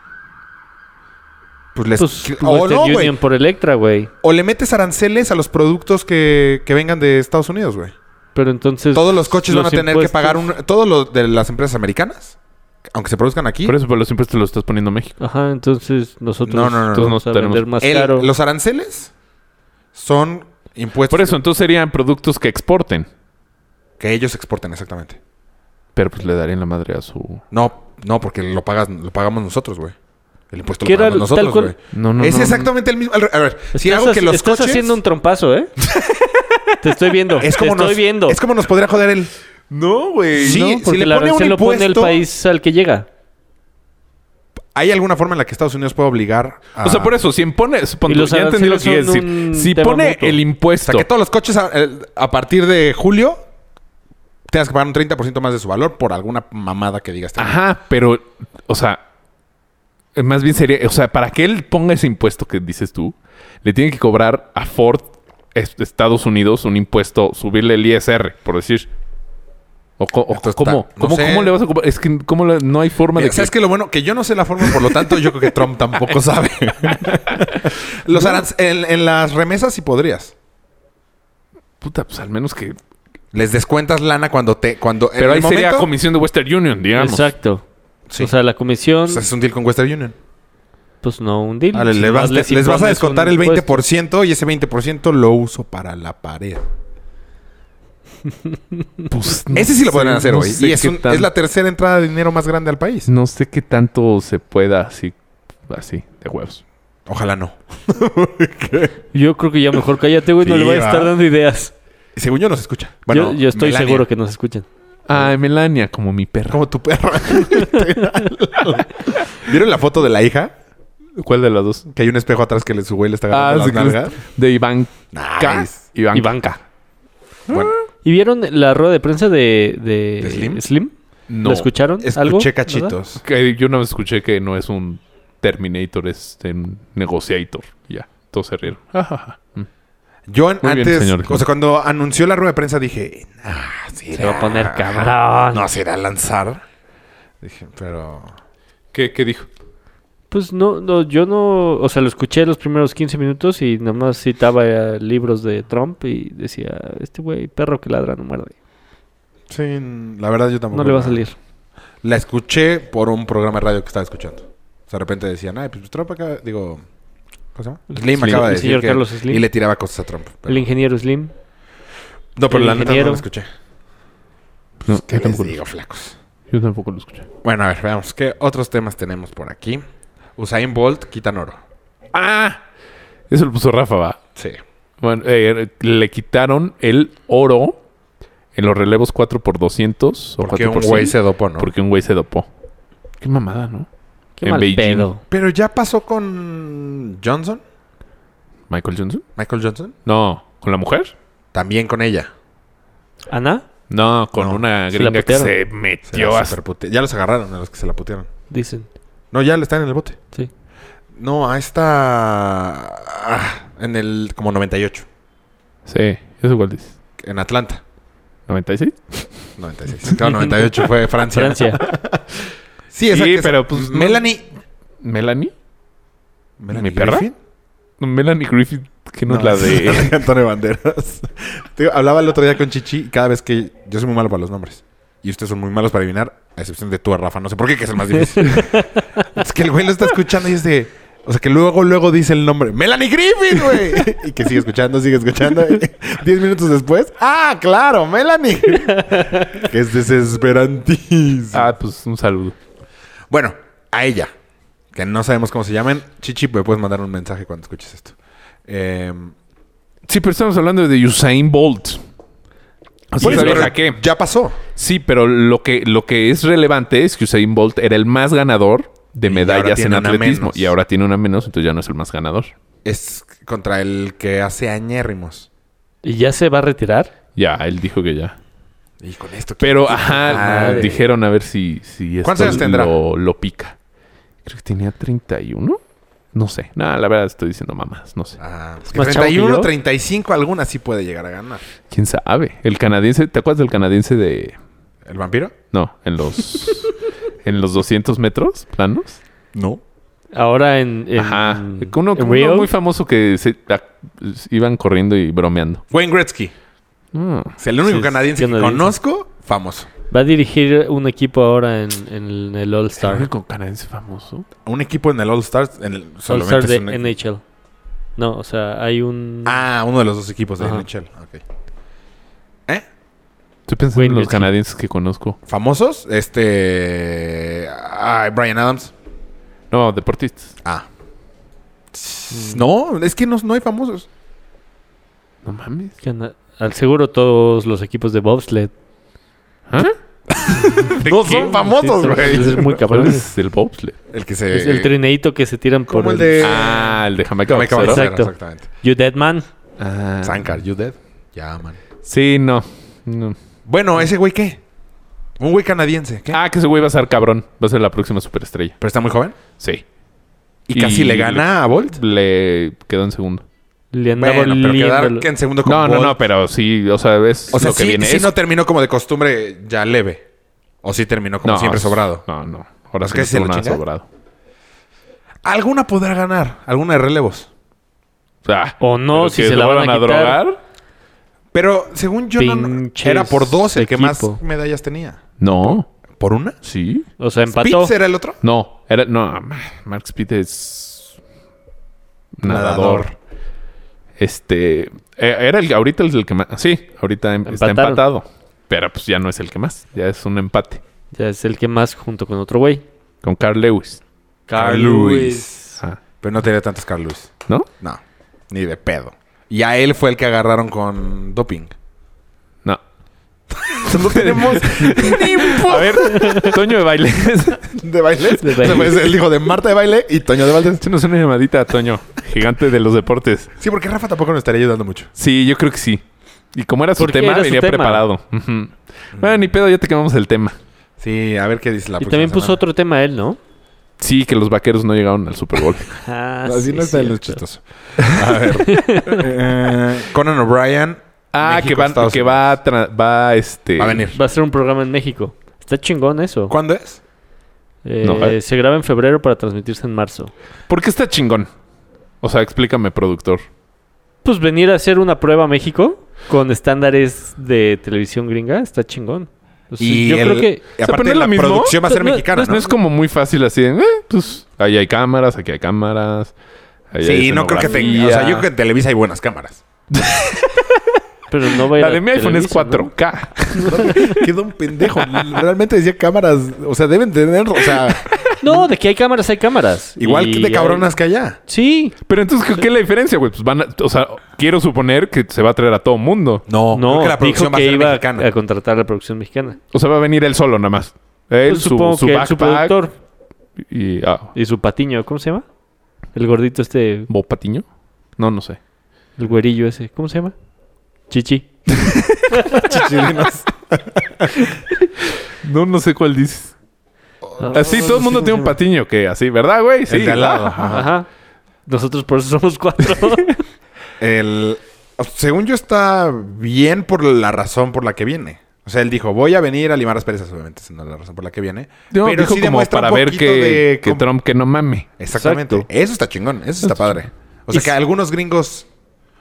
C: pues les...
A: Pues
C: o
A: Western
C: no, güey.
A: Union por Electra, güey.
C: O le metes aranceles a los productos que, que vengan de Estados Unidos, güey.
A: Pero entonces.
C: Todos los coches van a tener
A: Pues, impuestos-
C: que pagar un... Todos los de las empresas americanas, aunque se produzcan aquí,
B: Por eso, por los impuestos los estás poniendo a México.
A: Ajá, entonces nosotros
C: No, no, no,
A: entonces
B: no,
A: vamos a
B: tenemos-
A: vender más
C: el-
A: caro.
C: los aranceles son impuestos
B: Por eso, entonces serían productos que exporten.
C: que ellos exporten, exactamente.
B: Pero pues le darían la madre a su...
C: No, no, porque lo pagas, lo pagamos nosotros, güey. El impuesto
A: ¿Qué
C: lo
A: era
C: pagamos
A: el-
C: nosotros,
A: tal cual?
C: güey.
B: No, no,
C: es
B: no,
C: exactamente el mismo. al re- A ver, si
A: Estás
C: hago que
A: haci-
C: los
A: Estás
C: coches.
A: haciendo un trompazo,
C: <laughs>
A: ¿eh? Te estoy viendo.
C: es como
A: te estoy
C: nos,
A: viendo.
C: Es como nos podría joder él.
B: No, güey.
C: Sí,
A: No,
C: si
A: porque
C: le
A: el
C: pone un
A: arancel lo pone el
C: impuesto-
A: país al que llega.
C: ¿Hay alguna forma en la que Estados Unidos pueda obligar a.
B: O sea, por eso, si pones... pon
A: Y
B: tú,
A: los
B: ya entendí lo que
A: aranceles
B: quieres
A: son
B: decir.
A: un
B: Si
A: tema
B: pone
A: mutuo.
B: el
C: O
B: impuesto...
C: sea, que todos los coches a, el- a partir de julio tengas que pagar un 30% más de su valor por alguna mamada que digas.
B: Ajá, pero, o sea, eh, más bien sería, o sea, para que él ponga ese impuesto que dices tú, le tienen que cobrar a Ford es- Estados Unidos un impuesto, subirle el ISR, por decir. O, co- o
C: Entonces,
B: cómo,
C: ta- no
B: cómo,
C: sé.
B: cómo le vas a cobrar? Es que cómo le- no hay forma
C: Mira,
B: de
C: ¿Sabes
B: que...
C: qué? Lo bueno, que yo no sé la forma, por lo tanto, yo creo que Trump
B: <laughs>
C: tampoco sabe. Los aranc- en, en las remesas sí podrías.
B: Puta, pues al menos que...
C: Les descuentas lana cuando te. Cuando, en
B: Pero
C: el
B: ahí sería
C: momento-
B: comisión de Western Union, digamos.
A: Exacto.
C: Sí.
A: O sea, la comisión,
C: O sea, pues, es un deal con Western Union.
A: pues no un deal.
C: Vale,
A: Si
C: le vas-
A: nomás
C: les, vas a
A: impones
C: descontar
A: un
C: el
A: impuesto.
C: 20% y ese 20% lo uso para la pared.
B: Pues, no
C: ese sí lo
B: sé,
C: podrían hacer,
B: no
C: güey.
B: sé
C: y es,
B: qué
C: un-
B: tan-
C: es la tercera entrada de dinero más grande al país.
B: No sé qué tanto se pueda así, así, de huevos.
C: Ojalá no.
A: Yo creo que ya mejor cállate, güey. No
C: Sí,
A: le vayas a estar
C: va.
A: dando ideas.
C: Según yo, nos escucha.
A: yo, yo estoy
C: Melania.
A: seguro que nos escuchan.
B: Ay, Ah, Melania, como mi
C: <laughs>
B: perro.
C: Como tu <laughs> perra. ¿Vieron la foto de la hija?
B: ¿Cuál de las dos?
C: Que hay un espejo atrás que le, su güey le está
B: Ah,
C: agarrando
B: sí,
C: las nalgas.
B: que es de Iván. K.
C: Nice.
B: Iván.
A: Ivanka.
C: Bueno,
A: ¿Y vieron la rueda de prensa de, de
C: ¿De Slim?
A: Slim?
B: No.
A: ¿La escucharon? ¿Algo?
C: escuché
A: ¿Verdad?
C: cachitos.
B: Que yo una vez escuché que no es un Terminator, es este, un Negotiator. Ya, todos se rieron. Ajaja.
C: Yo en-
B: Muy bien,
C: antes,
B: señor.
C: o sea, cuando anunció la rueda de prensa dije, ah, sí,
A: Se va a poner cabrón.
C: No, se irá a lanzar. Dije, pero.
B: ¿Qué, qué dijo?
A: Pues no, no, yo no, o sea, lo escuché los primeros 15 minutos y nada más citaba eh, libros de Trump y decía, este güey, perro que ladra no muerde.
C: Sí, n- la verdad yo tampoco.
A: No le va a
C: la-
A: salir.
C: La escuché por un programa de radio que estaba escuchando. O sea, de repente decían, ay, pues Trump acá, digo. ¿Cómo se llama? Slim
A: Slim.
C: acaba de
A: El
C: decir.
A: señor
C: que-
A: Carlos Slim.
C: Y le tiraba cosas a Trump. pero-
A: El ingeniero Slim.
C: no, pero
A: el
C: la neta no
A: ingeniero.
C: la escuché.
B: No,
C: Pues, ¿Qué
B: yo,
C: les
B: tampoco lo,
C: digo, flacos?
B: yo tampoco lo escuché.
C: Bueno, a ver, veamos. ¿Qué otros temas tenemos por aquí? Usain Bolt quitan oro.
B: ¡Ah! Eso lo puso Rafa, va.
C: Sí.
B: Bueno, eh, le quitaron el oro en los relevos 4x200. o
C: Porque un
B: 4x100,
C: güey se dopó, ¿no?
B: Porque un güey se dopó. Qué mamada, ¿no?
A: Qué
B: En
A: mal
B: Beijing.
A: pedo.
C: Pero ya pasó con Johnson,
B: ¿Michael Johnson?
C: Michael Johnson.
B: No. ¿Con la mujer?
C: También con ella.
A: Ana,
B: No, con
C: No,
B: una
A: se la
B: gringa que
A: putearon.
B: se
C: Se
B: metió
C: la
B: hasta
C: superpute- Ya los agarraron a los que se la putearon.
A: dicen.
C: No, ya le están en el bote. <laughs>
A: Sí.
C: No, a esta. ah, En el. como 98.
B: Sí, eso igual dice.
C: En Atlanta.
B: 96.
C: 96. Claro, 98 fue Francia.
A: Francia.
C: Sí, esa
B: Sí,
C: que-
B: pero, pues, no.
C: Melanie.
B: Melanie.
C: ¿Melanie
B: perra?
C: Griffin?
B: Melanie Griffith, que no, es <laughs> la
C: esa
B: de.
C: es Antonio Banderas. <laughs> Te digo, hablaba el otro día con Chichi y cada vez que. Yo soy muy malo para los nombres. Y ustedes son muy malos para adivinar, a excepción de tú, Rafa. No sé por qué, que es el más
B: <laughs>
C: difícil. es que el güey lo está escuchando y es de. O sea, que luego, luego dice el nombre. ¡Melanie Griffith, güey! <laughs> y que sigue escuchando, sigue escuchando. <laughs> y Diez minutos después. ¡Ah, claro! ¡Melanie! <laughs> que es desesperantísimo.
B: ah, pues un saludo.
C: Bueno, a ella. que no sabemos cómo se llamen. Chichi, me puedes mandar un mensaje cuando escuches esto. Eh,
B: Sí, pero estamos hablando de Usain Bolt. Así
C: por
B: que
C: eso,
B: lo
C: pero
B: saqué.
C: Ya pasó.
B: Sí, pero lo que, lo que es relevante es que Usain Bolt era el más ganador de
C: Y ahora
B: medallas en
C: tiene una
B: atletismo.
C: menos.
B: Y ahora tiene una menos, entonces ya no es el más ganador.
C: Es contra el que hace añérrimos.
A: ¿Y ya se va a retirar?
B: Ya, él dijo que ya.
C: Y con esto. ¿qué?
B: Pero, ajá,
A: Madre.
B: dijeron a ver si, si esto
C: ¿Cuántos años tendrá?
B: Lo, lo pica. Creo que tenía 31. No sé. Nada, la verdad estoy diciendo mamás. No sé.
C: Ah, es
A: ¿Es
C: que
A: más chavo que
C: 31,
A: yo?
C: 35, alguna sí puede llegar a ganar.
B: ¿Quién sabe? El canadiense... ¿Te acuerdas del canadiense de...
C: ¿El vampiro?
B: No,
A: <laughs>
B: en los... en los 200 metros planos?
C: No.
A: Ahora en... en-
B: Ajá.
A: en
B: Uno, uno
A: Rio.
B: muy famoso que se, a- iban corriendo y bromeando.
C: Wayne Gretzky.
B: Mm.
C: Es el único
A: Sí,
C: canadiense que
A: canadiense.
C: conozco famoso.
A: Va a dirigir un equipo ahora en, en el All-Star.
B: ¿El único canadiense famoso?
C: Un equipo en el All Stars. En el, solamente
A: All-Star
C: es
A: de
C: un-
A: NHL. No, o sea, hay un...
C: Ah, uno de los dos equipos de
A: Ajá.
C: NHL. Ok. ¿Eh?
B: Estoy pensando
A: Wayne
B: en los
A: Gretzky.
B: canadienses que conozco.
C: ¿Famosos? Este. ay, Brian Adams.
B: No, deportistas.
C: Ah.
A: Mm.
C: Tss, No, es que no, no
A: <laughs>
C: hay famosos.
B: No mames.
A: que na- Al seguro todos los equipos de bobsled.
B: ¿Ah?
C: No son famosos,
A: Sí, son-
C: güey.
A: Es muy
B: ¿Cuál
A: cabrón. Es
B: es el bobsled?
C: El que se.
A: el trineito que se tiran por
C: Como el de.
B: Ah, el de Jamaica.
C: Jamaica
B: Boxer.
C: Ballester,
A: Exacto.
C: Exactamente.
A: You Dead Man.
B: Ah.
C: Sankar, you dead? Ya, man.
B: Sí, no. No.
C: Bueno, ¿ese güey qué? Un güey canadiense. ¿Qué?
B: Ah, que ese güey va a ser cabrón. Va a ser la próxima superestrella.
C: Pero está muy joven.
B: Sí.
C: Y, casi le gana a Bolt.
B: Le quedó en segundo.
A: Le andaba
C: Bueno, pero quedar
A: liando-
C: que en segundo con
B: No, no,
C: Bolt-
B: no, pero sí, o sea, es
C: O sea,
B: lo que
C: sí,
B: viene.
C: sí
B: es...
C: no terminó como de costumbre ya leve. O sí terminó como
B: No,
C: siempre sobrado.
B: No, no. Ahora
C: Pues
B: sí
C: que
B: no
C: se lo
B: estuvo nada
C: chinga.
B: sobrado.
C: Alguna podrá ganar. Alguna de relevos.
B: O, sea,
A: O no,
B: pero
A: si
B: que
A: se la van a quitar.
B: drogar.
C: Pero según yo, no- no-
A: Pinches
C: era por dos el que
A: equipo.
C: más medallas tenía.
B: No.
C: ¿Por una?
B: Sí.
A: O sea, empató.
C: ¿Pitts era el otro?
B: No, era. No, ma- Mark Spitz es. Nadador.
C: Nadador.
B: Este. eh, Era el, ahorita el, el que más. Sí, ahorita em- está
A: Empataron.
B: empatado. Pero pues ya no es el que más. Ya es un empate.
A: Ya es el que más junto con otro güey.
B: Con Carl Lewis.
C: Carl Lewis.
B: Ajá.
C: Pero no tenía tantos Carl Lewis.
B: ¿No?
C: No. Ni de pedo. Y a él fue el que agarraron con doping.
B: No.
C: <laughs> No
B: <laughs>
C: tenemos ni un
B: A ver, Toño de Baile.
C: <laughs> de bailes.
A: De Bailey.
C: O sea, pues, el hijo de Marta de baile y Toño de Valdés.
B: Échanos una llamadita a Toño, gigante de los deportes.
C: Sí, porque Rafa tampoco nos estaría ayudando mucho.
B: Sí, yo creo que sí. Y como era su
A: Porque
B: tema,
A: era su
B: venía
A: tema.
B: preparado. Ujú. Bueno, ni pedo, ya te quemamos el tema.
C: Sí, a ver qué dice la
A: y también puso otro tema él, ¿no?
B: Sí, que los vaqueros no llegaron al
C: <laughs>
B: Super Bowl.
A: Ah,
C: Así
A: sí,
C: no está de los
A: cierto.
C: chistosos. A ver. Eh, Conan O'Brien.
B: Ah,
C: México,
B: que, van-
C: Estados
B: que
C: Unidos.
B: va, a tra- va, este...
C: Va a venir.
A: Va a ser un programa en México. Está chingón eso.
C: ¿Cuándo es?
A: Eh,
B: No, ¿eh?
A: Se graba en febrero para transmitirse en marzo.
B: ¿Por qué está chingón? O sea, explícame, productor.
A: Pues venir a hacer una prueba a México con estándares de televisión gringa está chingón. O sea, yo
C: el-
A: creo que
C: y
B: sea,
C: aparte
B: ¿poner
C: la
B: lo mismo?
C: producción va a ser
A: No, no,
C: mexicana,
B: no,
C: ¿no?
B: es como muy fácil así de... eh, pues, ahí hay cámaras, aquí hay cámaras. ahí hay
C: Sí, no creo que tenga. O sea, yo creo que en Televisa hay buenas cámaras.
A: pero no va a ir
B: La
A: a
B: de mi iPhone es
A: Televisa, ¿no?
B: 4K.
C: <laughs> Quedó un pendejo. Realmente decía cámaras. O sea, deben tener. O sea,
A: No, de que hay cámaras, hay cámaras.
C: igual
A: Y
C: que de
A: hay-
C: cabronas que allá.
A: Sí.
B: Pero entonces, ¿qué- ¿qué es la diferencia, güey? Pues van a- O sea, quiero suponer que se va a traer a todo mundo.
C: No,
A: No,
C: Oh, creo que la
A: dijo
C: producción va a
A: que
C: ser
A: iba
C: mexicana.
A: a contratar a la producción mexicana.
B: O sea, va a venir él solo nada más. Él,
A: Pues
B: su,
A: supongo
B: su
A: que él,
B: backpack
A: su productor
B: y... ah,
A: y su patiño, ¿cómo se llama? El gordito este,
B: ¿Bob Patiño? No, no sé.
A: el güerillo ese, ¿cómo se llama? Chichi.
C: Chichirinos.
B: No, no sé cuál dices. Así Ah, todo el mundo tiene un patiño que así, ¿verdad, güey? Sí.
C: El de al lado.
B: ajá.
A: <laughs>
C: Ajá.
A: Ajá. Nosotros por eso somos
B: <laughs>
A: cuatro.
C: El, según yo está bien por la razón por la que viene. O sea, él dijo, voy a venir a limar las perezas, obviamente, esa no es la razón por la que viene.
B: No,
C: pero
B: dijo
C: sí
B: como
C: demuestra
B: para
C: un
B: ver
C: poquito
B: que,
C: de...
B: que
C: com-
B: Trump que no mame.
C: Exactamente.
A: Exacto.
C: Eso está chingón, eso está padre. O sea, que algunos gringos...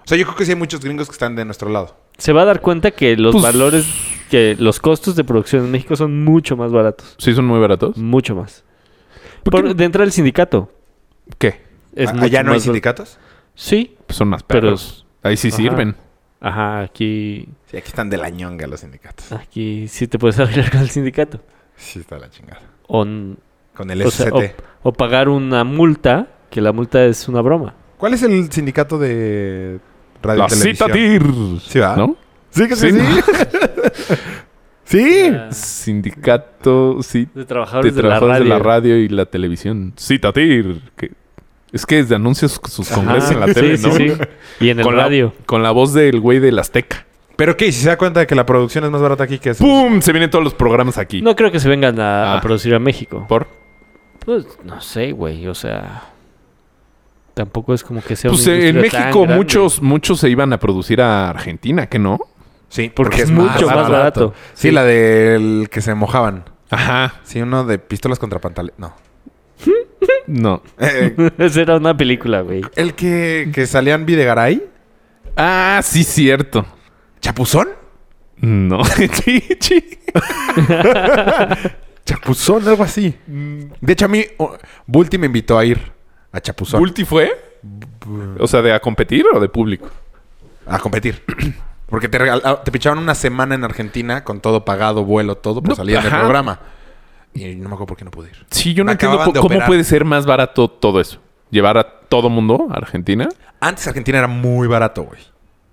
C: O sea, yo creo que sí hay muchos gringos que están de nuestro lado.
A: se va a dar cuenta que los
B: Pues-
A: valores, que los costos de producción en México son mucho más baratos.
B: Sí, son muy baratos.
A: Mucho más.
B: ¿Por qué
A: Por,
B: no?
A: de entrar al sindicato.
B: ¿Qué?
A: Es
C: ¿A-
A: mucho
C: ¿Allá Ah, no hay
A: más barato.
C: sindicatos?
A: Sí.
B: Pues son más
A: Pero-
B: perros. Ahí sí
A: Ajá.
B: sirven.
A: Ajá, aquí,
C: Sí, aquí están de la
A: Ah.
C: ñonga los sindicatos.
A: aquí sí te puedes arreglar con el sindicato.
C: Sí, está la chingada.
A: O n-
C: Con el
A: O, sea,
C: SCT.
A: o- o pagar una multa, que la multa es una broma.
C: ¿Cuál es el sindicato de radio
B: La
C: y televisión?
B: cita TIR.
C: Sí, ¿verdad?
B: ¿No?
C: Sí, que sí.
B: Sí,
C: Sí. Sí.
A: Ah,
B: Sindicato sí,
A: de
B: de
A: trabajadores de, la
B: trabajadores
A: radio.
B: de la radio y la televisión. Cita TIR. Que... Es que es de anuncios sus
A: Ajá,
B: congresos en la
A: sí,
B: tele,
A: <laughs> sí,
B: ¿no?
A: sí. Y en el
B: Con la-
A: radio.
B: con la voz del güey del Azteca.
C: <laughs> Pero ¿qué? Si se da cuenta de que la producción es más barata aquí que eso.
B: ¡Pum! Se vienen todos los programas aquí.
A: No creo que se vengan a, a
B: Ah.
A: producir a México.
B: Por.
A: Pues no sé, güey. O sea, tampoco es como que sea
B: Pues
A: una
B: eh, en
A: industria tan
B: México
A: grande.
B: muchos, muchos se iban a producir a Argentina, ¿que no?
C: Sí, porque,
A: es mucho más barato.
C: Sí, la del que se mojaban.
B: Ajá.
C: Sí, uno de pistolas contra pantalones. No.
B: No.
A: <laughs>
C: Eh,
A: <laughs> Esa era una película, güey.
C: el que, que salían Videgaray.
B: Ah, sí, cierto.
C: ¿Chapuzón?
B: No. <laughs> Chichi.
C: Chapuzón, algo así. De hecho, a mí, oh, Bulti me invitó a ir a Chapuzón.
B: ¿Multi fue? O sea, ¿de a competir o de público?
C: A competir. <clears throat> Porque te, regal- ah, te pichaban una semana en Argentina con todo pagado, vuelo, todo, por
B: No,
C: salir del
B: ajá.
C: programa. Y no me acuerdo por qué no pude ir.
B: Sí, yo no
C: Me
B: entiendo
C: acababan
B: po-
C: de
B: cómo
C: operar.
B: puede ser más barato todo eso. Llevar a todo mundo a Argentina.
C: Antes Argentina era muy barato, güey.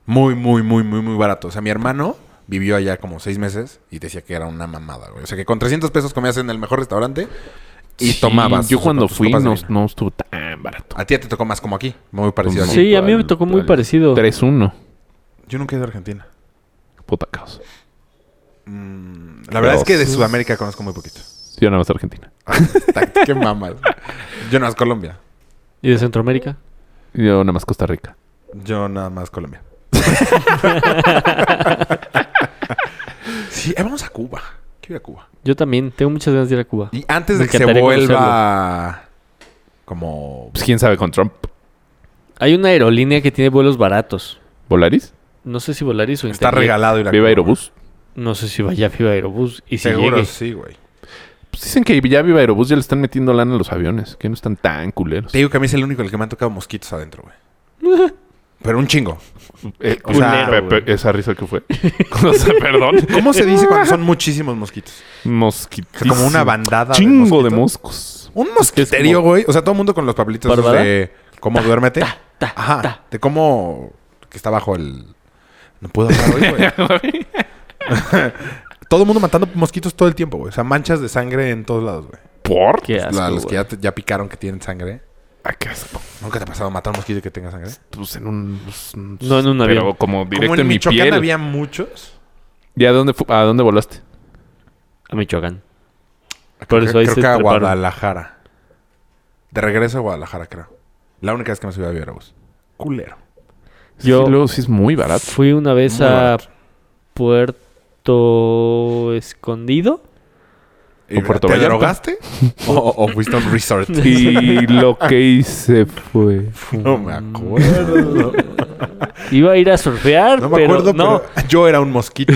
C: Muy, muy, muy, muy, muy barato. O sea, mi hermano vivió allá como seis meses y decía que era una mamada, güey. O sea, que con 300 pesos comías en el mejor restaurante y
B: Sí,
C: tomabas.
B: Yo
C: o sea,
B: cuando
C: con tus
B: fui
C: copas de
B: no,
C: vino.
B: no estuvo tan barato.
C: A ti ya te tocó más como aquí. Muy parecido
A: Sí,
C: aquí.
A: a mí me tocó muy
B: al
A: parecido.
B: 3-1.
C: Yo nunca he ido a Argentina.
B: Puta caos.
C: Mm, la verdad es que de Sudamérica conozco muy poquito. Ah,
B: Yo nada más Argentina.
C: <laughs> qué mamas. Yo nada más Colombia.
A: ¿Y de Centroamérica?
B: Yo nada más Costa Rica.
C: Yo nada más Colombia. sí, eh, vamos a Cuba. Quiero ir a Cuba.
A: <laughs> Yo también. Tengo muchas ganas de ir a Cuba.
C: Y antes
A: Me
C: de que se
A: encantaría
C: vuelva como...
B: Pues quién sabe con Trump.
A: Hay una aerolínea que tiene vuelos baratos.
B: ¿Volaris?
A: no sé si Volaris o
C: Está
A: Interjet.
C: regalado ir a
B: ¿Viva
C: Cuba.
B: Aerobús?
A: No sé si vaya Viva Aerobús y si
C: Seguro,
A: llegue.
C: sí, güey.
B: Pues dicen que ya Viva Aerobús ya le están metiendo lana a los aviones. Que no están tan culeros.
C: Te digo que a mí es el único el que me han tocado mosquitos adentro, güey. Pero un chingo.
B: Eh,
C: o sea,
B: pe- pe- esa risa que fue. <laughs> o sea, perdón.
C: <laughs> ¿Cómo se dice cuando son muchísimos mosquitos? O
B: Mosquitísimo.
C: sea, como una bandada
B: Chingo de
C: mosquitos.
B: moscos.
C: Un
B: que es
C: mosquiterio,
B: como-
C: güey. O sea, todo el mundo con los pablitos esos
A: ¿Barbada?
C: de cómo duérmete.
A: ta,
C: Ajá.
A: ta.
C: De cómo que está bajo el. No puedo hablar hoy, güey. todo el mundo matando mosquitos todo el tiempo, güey. O sea, manchas de sangre en todos lados, güey.
B: ¿Por?
A: Qué asco,
C: La- los que
A: güey.
C: ya, te- ya picaron que tienen sangre.
B: Ah, qué asco.
C: ¿Nunca te ha pasado matar un mosquito que tenga sangre?
B: Pues en un... un-
A: No, en un avión.
B: Pero como directo
C: como
B: en,
C: en,
B: mi
C: Michoacán
B: piel.
C: había muchos.
B: ¿Y a dónde, fu- a dónde volaste?
A: A Michoacán. Por eso ahí
C: creo
A: se
C: que a
A: treparon.
C: Guadalajara. De regreso a Guadalajara, creo. La única vez que me subí a Vierobus. Culero.
A: Yo-
B: Sí, luego sí es muy barato.
A: Fui una vez
C: Muy
A: a
C: barato.
A: Puerto Escondido.
C: ¿Y
B: Puerto
C: ¿Te
A: <laughs>
B: Vallarta?
C: drogaste? o, o fuiste a un resort?
B: <laughs> Y lo que hice fue...
C: No me acuerdo.
A: <laughs> Iba a ir a surfear,
C: <laughs> No me
A: pero
C: acuerdo,
A: no.
C: pero yo era
A: <laughs>
C: un mosquito.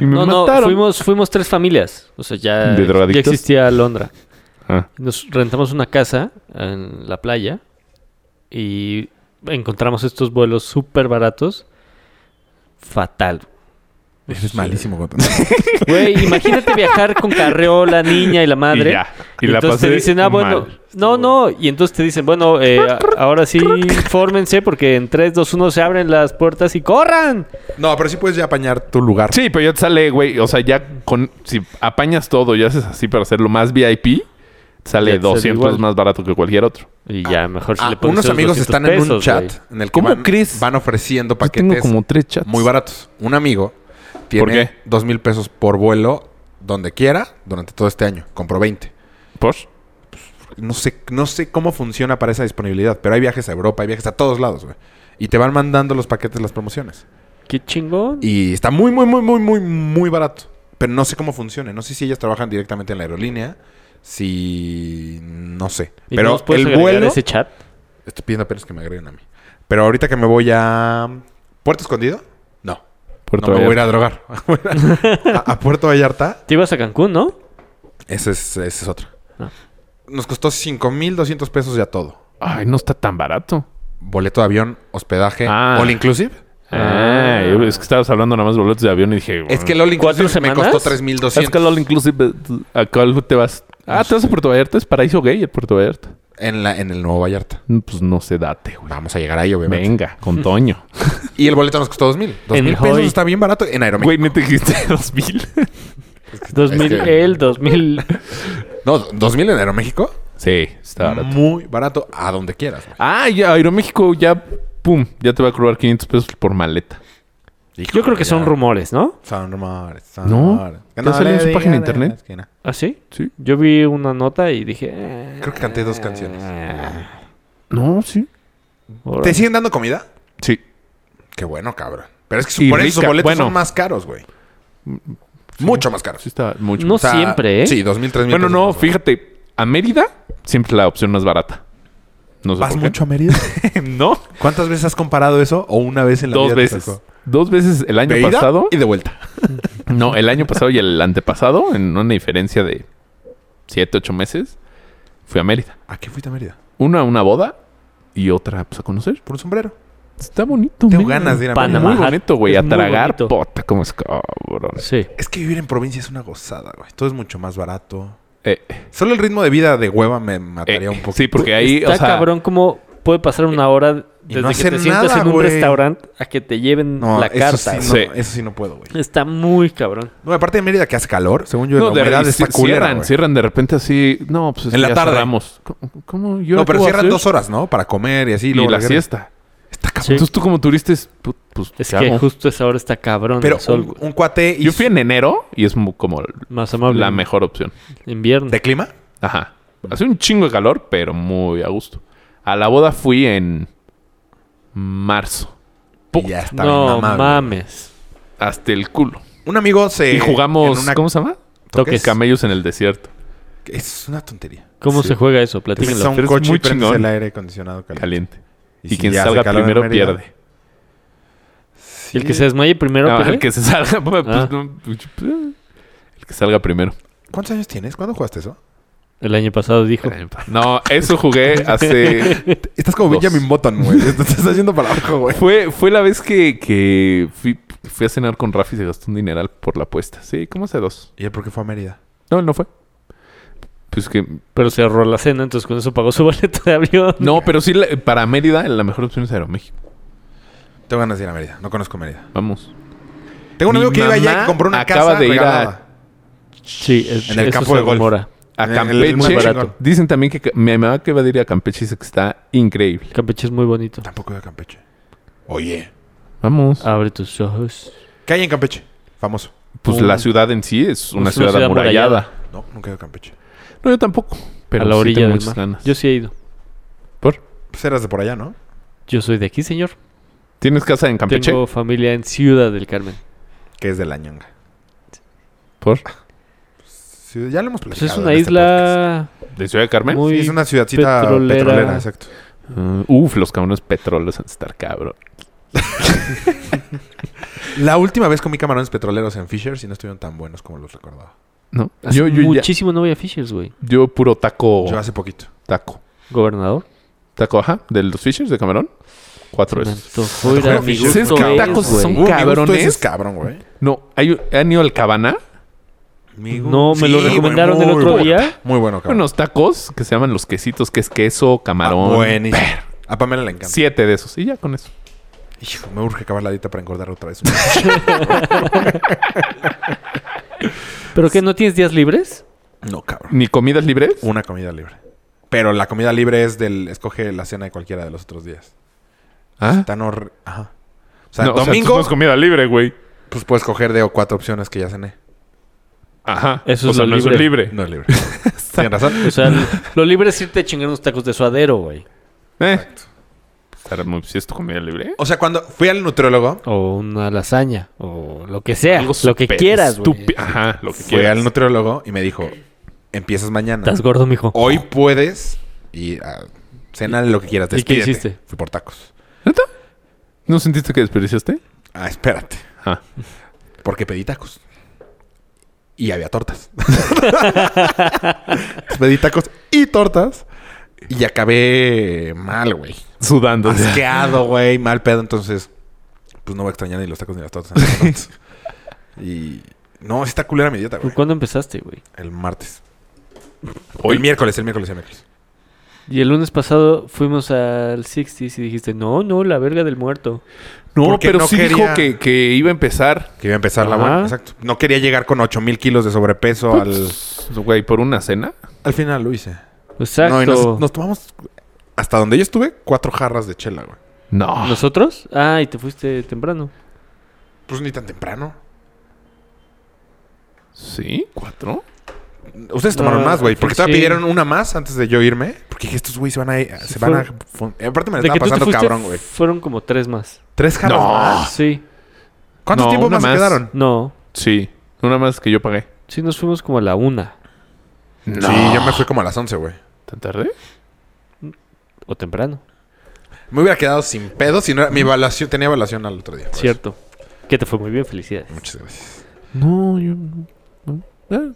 B: Y me
A: no, no,
B: mataron.
A: fuimos, fuimos tres familias. O sea, ya,
B: ¿De drogadictos?
A: ya existía Londra.
B: Ah,
A: Nos rentamos una casa en la playa y encontramos estos vuelos súper baratos. Fatal.
C: Eres malísimo contando.
A: Güey, imagínate viajar con carreola, niña y la madre.
B: Y ya. Y
A: Y
B: la
A: entonces te
B: pasé
A: dicen, ah, bueno,
B: mal.
A: no, no. Y entonces te dicen, bueno, eh, a- ahora sí, fórmense porque en 3, 2, 1 se abren las puertas y corran.
C: No, pero sí puedes ya apañar tu lugar.
B: Sí, pero ya te sale, güey. O sea, ya con... Si apañas todo y haces así para hacerlo más VIP,
A: Ya
B: sale
A: te sale
B: 200
A: igual.
B: más barato que cualquier otro.
A: Y ya, mejor si
C: Ah,
A: le pones
C: unos
A: esos
C: amigos
A: 200
C: están en un
A: pesos,
C: chat
A: güey.
C: en el que
B: ¿Cómo
C: van,
B: crees?
C: van ofreciendo
B: Yo tengo
C: paquetes
B: como tres chats.
C: muy baratos. Un amigo
B: ¿Por
C: tiene
B: qué?
C: dos mil pesos por vuelo donde quiera durante todo este año. Compró 20.
B: ¿Por?
C: No sé, no sé cómo funciona para esa disponibilidad, pero hay viajes a Europa, hay viajes a todos lados, güey. Y te van mandando los paquetes, las promociones.
A: Qué chingón.
C: Y está muy, muy, muy, muy, muy, muy barato. Pero no sé cómo funciona. No sé si ellas trabajan directamente en la aerolínea. Si... No sé.
A: ¿Y no
C: Pero
A: nos puedes
C: el
A: agregar
C: vuelo...
A: ese chat?
C: Estoy pidiendo apenas que me agreguen a mí. Pero ahorita que me voy a... ¿Puerto Escondido? No.
B: Puerto
C: no me voy a ir
B: Vallarta.
C: a drogar. <laughs> a, a Puerto Vallarta.
A: Te ibas a Cancún, ¿no?
C: Ese es, ese es otro.
A: Ah.
C: Nos costó 5.200 pesos ya todo.
B: Ay, no está tan barato.
C: Boleto de avión, hospedaje,
B: Ah.
C: all inclusive.
A: Ah.
B: Ah, yo- es que estabas hablando nada más de boletos de avión y dije...
C: Es que el
B: lo
C: all
A: ¿Cuatro
C: inclusive me
A: semanas?
C: costó
B: Es que
C: 3.200.
B: el all inclusive... ¿A cuál te vas? Ah, ¿te vas a Puerto Vallarta? Es paraíso gay el Puerto Vallarta.
C: En, la, en el Nuevo Vallarta.
B: Mm, Pues no se date, güey.
C: Vamos a llegar ahí, obviamente.
B: Venga, con Toño.
C: Y el boleto nos costó dos mil. Dos
A: En
C: mil
A: el
C: pesos
A: Hoy.
C: está bien barato en Aeroméxico.
B: Güey, <laughs> ¿no te dijiste <laughs> 2000?
A: 2000,
C: Es que-
A: el 2000.
C: No, dos mil en Aeroméxico.
B: sí, está barato.
C: Muy barato a donde quieras. güey.
B: Mm. Ah, ya Aeroméxico ya, pum, ya te va a cobrar 500 pesos por maleta.
A: Yo creo que son
C: Ya.
A: rumores, ¿no?
C: Son rumores. Son
B: No,
C: rumores.
B: ¿te ha salido en su
C: le
B: página de
C: digan a la
B: internet?
C: esquina.
A: ¿Ah, sí?
B: Sí.
A: Yo vi una nota y dije... eh,
C: Creo que canté dos canciones.
B: Eh. No, sí.
A: ahora-
C: ¿Te siguen dando comida?
B: Sí.
C: Qué bueno, cabrón. Pero es que
B: Y
C: su- por eso sus
B: rica.
C: boletos
B: Bueno. Mm,
C: son más caros, güey. Mucho más caros.
B: Sí está mucho.
A: No siempre, ¿eh?
C: Sí, dos mil, tres mil.
B: bueno,
C: pesos
B: no,
C: más, güey.
B: fíjate. A Mérida siempre es la opción más barata. No sé
C: ¿Vas
B: por qué.
C: mucho a Mérida?
B: <laughs> no,
C: ¿Cuántas veces has comparado eso? ¿O una vez en la
B: dos
C: vida te
B: veces.
C: tocó?
B: Dos veces el año
C: ¿De ida
B: pasado.
C: y de vuelta.
B: <laughs> No, el año pasado y el antepasado, en una diferencia de siete, ocho meses, fui a Mérida.
C: ¿A qué fuiste a Mérida?
B: Una a una boda y otra pues, a conocer.
C: Por un sombrero.
B: Está bonito.
C: Tengo
B: Mérida.
C: ganas de ir a
A: Pan-
B: Está
C: Mérida.
B: muy
A: Ajá.
B: bonito, güey.
A: Es
B: A
A: muy
B: tragar,
A: bonito.
B: pota, como es cabrón.
A: Sí.
C: Es que vivir en provincia es una gozada, güey. Todo es mucho más barato.
B: Eh,
C: Solo el ritmo de vida de hueva me mataría
B: eh,
C: un poco.
B: Sí, porque ahí,
A: Está
B: o sea,
A: cabrón cómo puede pasar una hora
C: Y
A: desde
C: no
A: que
C: hacer
A: te sientas
C: nada,
A: en un
C: güey.
A: restaurante a que te lleven
C: No,
A: la
C: eso sí,
A: carta.
C: no,
B: Sí.
C: eso sí no puedo, güey.
A: Está muy cabrón.
C: No, aparte de Mérida que hace calor, según yo,
B: No,
C: la
B: de
C: humedad
B: repente
C: está culera,
B: cierran,
C: güey.
B: cierran de repente así. No, pues es
C: En
B: que
C: la
B: ya
C: tarde.
B: cerramos. ¿Cómo? cómo? ¿Y ahora
C: No, pero
B: qué voy a
C: cierran
B: hacer?
C: dos horas, ¿no? Para comer y así.
B: Y
C: luego
B: la
C: regresan.
B: siesta.
C: Está cabrón.
A: Sí.
B: Entonces tú como turista es, pu- pues,
A: Es
B: ¿qué
A: que
B: hago?
A: justo esa hora está cabrón
C: Pero
A: el sol,
C: un,
A: güey.
C: un cuate y
B: Yo fui en enero y es mu- como
A: Más amable.
B: la mejor opción.
A: Invierno.
C: ¿De clima?
B: Ajá. Hace un chingo de calor, pero muy a gusto. A la boda fui en marzo. Pu-
C: Y ya está bien
A: No
C: mamado.
A: mames.
B: Hasta el culo.
C: Un amigo se...
B: y jugamos,
C: Eh, en una-
B: ¿cómo se llama?
A: Toques.
B: Camellos en el desierto.
C: Es una tontería.
A: ¿Cómo
B: Sí.
A: se juega eso? Platíquenlo.
C: Metes a un
B: pero es
C: coche
B: muy
C: y prendes
B: chingón.
C: el aire acondicionado caliente.
B: Caliente. Y,
C: si
B: quien
C: ya hace
B: salga
C: calor en
B: primero
C: Mérida,
B: pierde.
C: sí.
A: El que se desmaye primero.
B: No,
A: pierde?
B: el que se salga. <laughs> pues,
A: Ah.
B: no, pues, el que salga primero.
C: ¿Cuántos años tienes? ¿Cuándo jugaste eso?
A: El año pasado dijo.
B: Eh. No, eso jugué hace.
C: <laughs> Estás como
B: Dos.
C: Benjamin Button,
B: <laughs>
C: güey. Te estás haciendo para abajo, güey.
B: Fue, fue la vez que, que fui, fui a cenar con Rafi y se gastó un dineral por la apuesta. Sí, ¿cómo hace dos?
C: ¿Y él por qué fue a Mérida?
B: No, él no fue. Pues que.
A: Pero se ahorró la cena, entonces con eso pagó su <laughs> boleto de avión.
B: No, pero sí, la- para Mérida, la mejor opción es Aeroméxico.
C: Tengo ganas de ir a Mérida. No conozco Mérida.
B: Vamos.
C: Tengo un
B: Mi
C: amigo que iba allá
B: mamá
C: y compró una
B: acaba
C: casa
B: de ir a-
C: regalada.
A: Sí, es,
C: En el
A: eso
C: campo
A: se
C: de golf.
A: rumora.
B: A
C: En Eh, el- en el-
B: Campeche.
C: muy
A: barato.
B: Dicen también que ca- mi mamá que va a ir a Campeche dice que está increíble.
A: Campeche es muy bonito.
C: Tampoco iba a Campeche. Oye.
B: Vamos.
A: Abre tus ojos.
C: ¿Qué hay en Campeche? Famoso.
B: Pues la ciudad en sí es una, ciudad, amurallada.
C: No, nunca he ido a Campeche.
B: No, yo tampoco. Pero
A: a la
B: sí
A: orilla
B: tengo
A: del mar.
B: muchas ganas.
A: Yo sí he ido.
B: ¿Por?
C: Pues eras de por allá, ¿no?
A: Yo soy de aquí, señor.
B: ¿Tienes casa en Campeche?
A: Tengo familia en Ciudad del Carmen.
C: Que es de la ñonga.
B: ¿Por?
C: Sí, ya lo hemos
A: Pues
C: platicado.
A: es
C: en
A: una
C: este
A: isla
B: ¿De Ciudad de Carmen?
C: podcast.
A: muy...
C: Sí, es una ciudadcita
A: petrolera.
C: petrolera. exacto.
B: Ah, uf, los camarones petroleros han de estar cabrón.
C: La última vez comí camarones petroleros en Fisher's y no estuvieron tan buenos como los recordaba.
B: ¿No?
A: Hace
B: Yo, yo, ya-
A: muchísimo no voy a Fishers, güey.
B: yo puro taco.
C: Yo hace poquito.
B: Taco.
A: Gobernador.
B: Taco, ajá. De los Fishers de Camarón. Cuatro
A: Me
B: veces.
A: antojó ir a
C: Pero
A: mi
C: Fishers
A: gusto
B: es que
A: es,
B: tacos
A: güey.
B: son-
C: Uh, mi gusto
B: Cabrones.
C: ese es cabrón, güey.
B: No, hay, ¿han ido al Cabana?
A: No, me lo
C: Sí,
A: recomendaron
C: güey,
A: el
C: muy
A: otro
C: bueno.
A: día.
C: Muy bueno, cabrón.
B: Unos tacos que se llaman los quesitos, que es queso, camarón.
C: Ah, buenísimo. A Pamela le encanta.
B: Siete de esos. Y ya con eso.
C: Hijo, me urge acabar la dieta para engordar otra vez.
A: ¿Pero qué? ¿No tienes días libres?
C: <laughs> no, cabrón.
B: ¿Ni comidas libres?
C: Una comida libre. Pero la comida libre es del... Escoge la cena de cualquiera de los otros días.
B: Ah.
C: Tan horri- Ajá. O sea,
B: No, o sea,
C: domingo,
B: tú no es comida libre, güey.
C: pues puedes coger de o cuatro opciones que ya cené.
B: Ajá.
A: Eso
B: o
A: es
B: sea,
A: lo
B: no es
A: libre.
B: libre.
C: No
A: <laughs>
C: es libre. Tienes razón.
A: O sea, lo libre es irte a chingar unos tacos de suadero, güey.
B: Eh. Estará muy- Si es tu comida libre.
C: O sea, cuando fui al nutriólogo,
A: O una lasaña. O lo que sea.
B: Algo
A: Lo que
B: súper
A: quieras, güey.
B: estúpido. Ajá, lo que
C: fui al
B: quieras.
C: nutriólogo y me dijo, empiezas mañana.
A: Estás gordo, mijo.
C: Hoy puedes y ah, cenar lo que quieras.
A: ¿Y qué
C: Despídete.
A: hiciste?
C: Fui por tacos.
B: ¿Neta? ¿No sentiste que desperdiciaste?
C: Ah, espérate.
B: Ajá.
C: Porque pedí tacos. Y
A: <laughs>
C: había tortas. Entonces, pedí tacos y tortas. Y acabé mal, güey.
B: Sudando.
C: Asqueado, güey. Mal pedo. Entonces, pues no voy a extrañar ni los tacos ni las tortas.
A: <laughs>
C: y... No, sí está culera mi dieta, güey.
A: ¿Cuándo empezaste, güey?
C: El martes. El miércoles, el miércoles, el miércoles.
A: Y el lunes pasado fuimos al 60s y dijiste, no, no, la verga del muerto.
B: No,
C: Porque
B: pero
C: no
B: sí
C: quería-
B: dijo que, que iba a empezar.
C: Que iba a empezar la
A: Ajá.
C: buena. Exacto. No quería llegar con 8 mil kilos de sobrepeso al...
B: Güey, por una cena.
C: Al final lo hice. No,
A: Exacto.
C: y nos, nos tomamos... Hasta donde yo estuve, cuatro jarras de chela, güey.
B: No.
A: ¿Nosotros? Ah, y te fuiste temprano.
C: Pues ni tan temprano.
B: ¿Sí? ¿Cuatro?
C: Ustedes tomaron
A: No,
C: más, güey. Porque
A: sí.
C: todavía pidieron una más antes de yo irme. Porque dije, estos güey se van a... se van a fun- eh, aparte me la
A: De
C: estaba
A: que tú te
C: pasando
A: fuiste,
C: cabrón, güey.
A: fueron como tres más.
C: Tres jarras
B: No.
C: más.
A: Sí,
C: ¿Cuántos
B: No,
C: tiempos
B: una
C: más, se
B: más.
C: quedaron?
A: no.
B: Sí. Una más que yo pagué.
A: Sí, nos fuimos como a la una
B: No.
C: Sí, yo me fui como a las 11, güey.
B: ¿Tan tarde?
A: o temprano.
C: Me hubiera quedado sin pedo si no era... Mi evaluación... Tenía evaluación al otro día. por eso.
A: Cierto. Que te fue muy bien, felicidades.
C: Muchas gracias.
B: No, yo... no. Eh,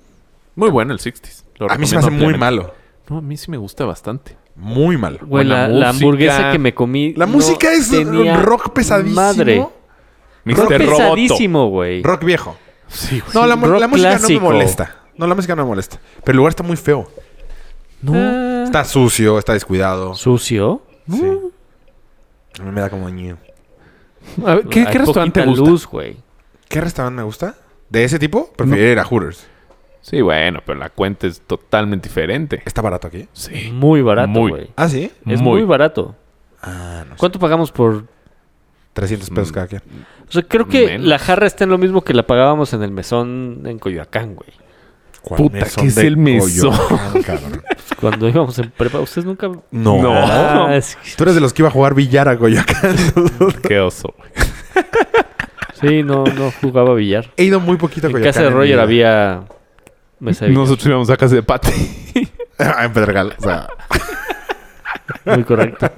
B: Muy bueno el 60s. Lo
C: A mí se me
B: recomiendo
C: hace muy
B: ampliamente.
C: malo.
B: No, a mí sí me gusta bastante.
C: Muy malo.
A: Güey, la,
B: Buena
A: la hamburguesa
B: música.
A: que me comí.
C: La
A: no
C: música es
A: tenía
C: rock pesadísimo.
A: Madre. Rock
B: Mr. Roboto.
A: pesadísimo, güey.
C: Rock viejo.
B: Sí, güey.
C: No, la, mu-
A: rock
C: la música
A: clásico.
C: no me molesta. No, la música no me molesta. Pero el lugar está muy feo.
A: Ah,
C: Está sucio, está descuidado.
A: sucio.
C: Sí. A mí me da como ñe.
B: A ver, ¿qué,
A: Hay
B: qué restaurante te
A: poquita
B: gusta?
A: luz, güey.
C: ¿Qué restaurante me gusta? ¿De ese tipo? Preferiría ir a Hooters.
B: Sí, bueno, pero la cuenta es totalmente diferente.
C: ¿Está barato aquí?
B: Sí.
A: Muy barato,
B: Muy.
A: güey.
C: ¿Ah, sí?
A: Es muy. barato.
C: Ah, no sé.
A: ¿Cuánto pagamos por...?
C: 300 pesos
A: Mm.
C: cada quien.
A: O sea, creo que
B: Menos.
A: la jarra está en lo mismo que la pagábamos en el mesón en Coyoacán, güey.
C: ¿Cuál
B: Puta,
C: mesón
B: ¿qué es
C: de
B: el mesón?
A: <laughs>
C: Coyoacán, cabrón?
A: Cuando íbamos en prepa. ¿Ustedes nunca...?
C: No.
B: No.
A: Ah, es-
C: Tú eres de los que iba a jugar billar a Coyoacán.
B: Qué oso. güey.
A: Sí, no, no jugaba billar.
C: He ido muy poquito a
A: En
C: Coyoacán.
A: casa de
C: mi
A: Roger
C: vida.
A: había... Mesa de billar.
B: Nosotros íbamos a casa de Pati.
C: Ah, en Pedregal. O sea,
A: Muy correcto.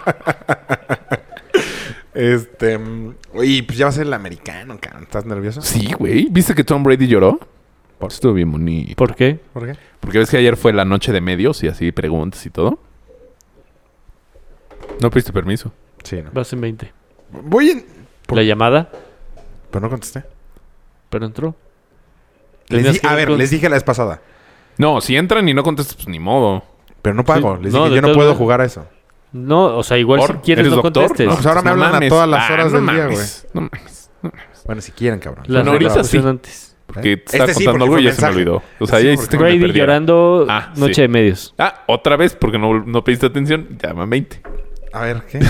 C: este. mm, Oye, pues ya va a ser el americano, cabrón. ¿Estás nervioso?
B: <laughs> Sí, güey. ¿Viste que Tom Brady lloró? Estuvo bien bonito.
A: ¿Por qué?
C: ¿Por qué?
B: Porque ves que ayer fue la noche de medios y así preguntas y todo. No pediste permiso.
C: Sí, no.
A: Vas en 20.
C: Voy en. Por-
A: La llamada,
C: Pero no contesté.
A: pero entró.
C: Les
A: Tenías
C: di-
A: que
C: A
A: ir
C: ver,
A: con-
C: les dije la vez pasada.
B: No, si entran y no contestas, pues ni modo.
C: Pero no pago.
A: Sí,
C: Les
A: no,
C: dije,
A: de
C: yo no
A: todas
C: puedo
A: maneras.
C: jugar a eso.
A: No, o sea, igual
B: Por,
A: si quieres
B: ¿eres
A: no
B: doctor?
A: contestes.
C: No, pues ahora me hablan a todas las horas del día, ¿Eh?
B: mames. Ah, No mames. No mames.
C: Bueno, si quieren, cabrón.
A: Las
B: Bueno,
A: reglas
B: ahorita sí.
A: funcionan antes.
B: Porque
C: ¿Eh?
B: te estaba
C: Este sí,
B: contando
C: porque
B: algo
C: fue
B: y ya se me
C: mensaje.
B: olvidó. O sea,
C: Sí,
B: ya
C: porque
B: hiciste que me
A: Brady
B: perdiera.
A: llorando
B: Ah, sí.
A: noche de medios.
B: Ah, otra vez, porque no, no pediste atención. Llama 20.
C: A ver, <laughs> ¿qué?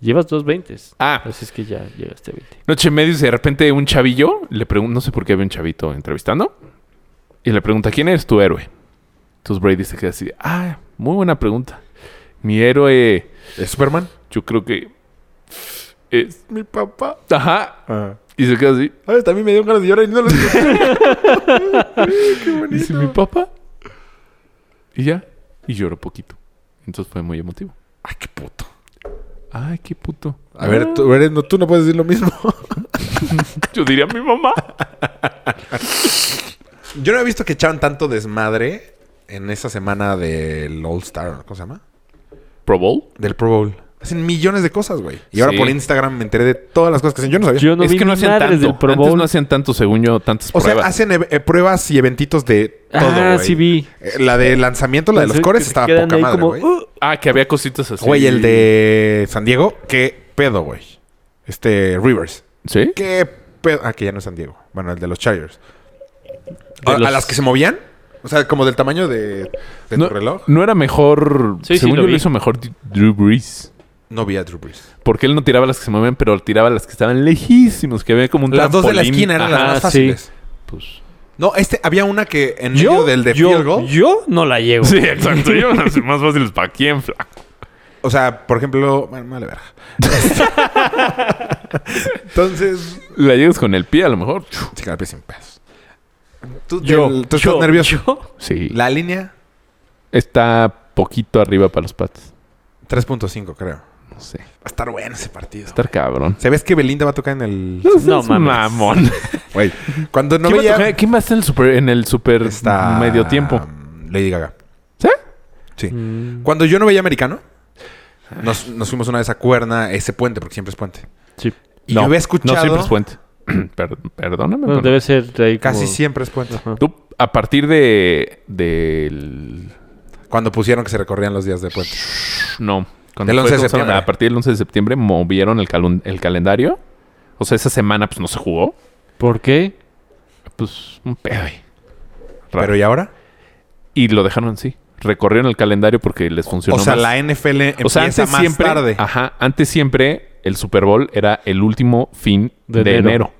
A: Llevas dos veintes.
B: Ah,
A: Así es que ya llegaste a 20.
B: Noche medios y de repente un chavillo le pregunta, no sé por qué había un chavito entrevistando, y le pregunta, ¿quién eres tu héroe? Entonces Brady se queda así, ah, muy buena pregunta. Mi héroe,
C: ¿Es Superman?
B: yo creo que es...
C: Mi papá.
B: Ajá.
C: Ah.
B: Y se queda así,
C: A ver, también me dio ganas de llorar y no lo
B: <laughs>
C: dije.
B: dice mi papá. Y ya, y lloró poquito. Entonces fue muy emotivo.
C: Ay, qué puto.
B: Ay, qué puto. <laughs>
C: A ver, tú, eres- no, tú no puedes decir lo mismo.
B: Yo diría a mi mamá.
C: <laughs> Yo no he visto que echaban tanto desmadre en esa semana del All Star. ¿Cómo se llama?
B: Pro Bowl.
C: Del Pro Bowl. Hacen millones de cosas, güey. Y ahora
B: Sí.
C: por Instagram me enteré de todas las cosas que hacen. Yo no sabía.
A: Yo no
B: es
A: vi
B: que no hacían
A: nada
B: tanto.
A: desde el Pro
B: Antes
A: Bowl.
B: no hacían tanto, según yo, tantas
C: o sea,
B: pruebas.
C: hacen eh, eh, pruebas y eventitos de todo,
A: ah,
C: güey.
A: sí vi.
C: Eh, La de lanzamiento, la de los
A: Pensé
C: cores,
A: que se
C: estaba
A: quedan
C: poca
A: ahí
C: madre,
A: como,
C: güey.
A: "Uh".
B: Ah, que había cositas así.
C: Güey, el de San Diego, qué pedo, güey. Este, Rivers.
B: ¿Sí?
C: Qué pedo. Ah, que ya no es San Diego. Bueno, el de los Chargers.
A: De
C: a, a
A: los-
C: las que se movían. O sea, como del tamaño de, de
B: no,
C: tu reloj.
B: no era mejor.
A: Sí, sí,
B: según
A: lo
B: yo lo
A: vi.
B: hizo mejor D- Drew Brees.
C: No vi a Drew Brees.
B: Porque él no tiraba las que se mueven, pero tiraba las que estaban lejísimos, que había como un
C: Las dos de la
B: trampolín.
C: esquina eran
B: Ajá,
C: las más
A: sí.
C: fáciles.
B: pues.
C: No, este, había una que en medio
A: Yo,
C: del de field
A: yo,
C: goal.
A: yo no la llego.
B: Sí, exacto. Iban a ser más fáciles para quién, flaco.
C: O sea, por ejemplo, bueno, me vale verga. Entonces,
B: La llegas con el pie, a lo mejor.
C: sí, cada pie sin pesos. Tú,
A: Yo,
C: del- tú
A: yo,
C: estás nervioso.
B: <laughs> Sí.
C: La línea,
B: Está poquito arriba para los patas.
C: 3.5, creo. Va
B: No sé.
C: a estar bueno ese partido.
B: Estar cabrón.
C: Se ves que Belinda va a tocar en el.
A: No
B: seas
A: mames.
B: Mamón.
C: Güey, cuando no
B: ¿Quién, va a
C: veía.
B: tocar- quién va a estar en el super, en el super
C: Está.
B: medio tiempo?
C: mm, Lady Gaga.
B: ¿Sí?
C: Sí.
A: Mm,
C: Cuando yo no veía americano, nos, nos fuimos una vez a Cuerna, ese puente, porque siempre es puente.
A: sí.
C: Y yo había escuchado.
B: No siempre es puente. <clears throat> Per- perdóname.
A: Bueno,
B: pero
A: debe ser ahí
C: Casi
A: como-
C: siempre es puente.
A: Ajá.
B: Tú, a partir de. del.
C: Cuando pusieron que se recorrían los días de puente.
B: No. Cuando
C: Del 11 de
B: fue que usaron-
C: septiembre.
B: A partir del 11 de septiembre movieron el, calun- el calendario. O sea, esa semana pues no se jugó.
A: ¿Por qué?
B: Pues un pedo ahí. Raro.
C: Pero ¿y ahora?
B: Y lo dejaron así. Recorrieron el calendario porque les funcionó
C: o sea,
B: más.
C: la NFL empieza
B: O sea, antes
C: más
B: siempre, ah.
C: tarde.
B: Ajá, antes siempre el Super Bowl era el último fin de,
A: De
B: enero.
A: enero.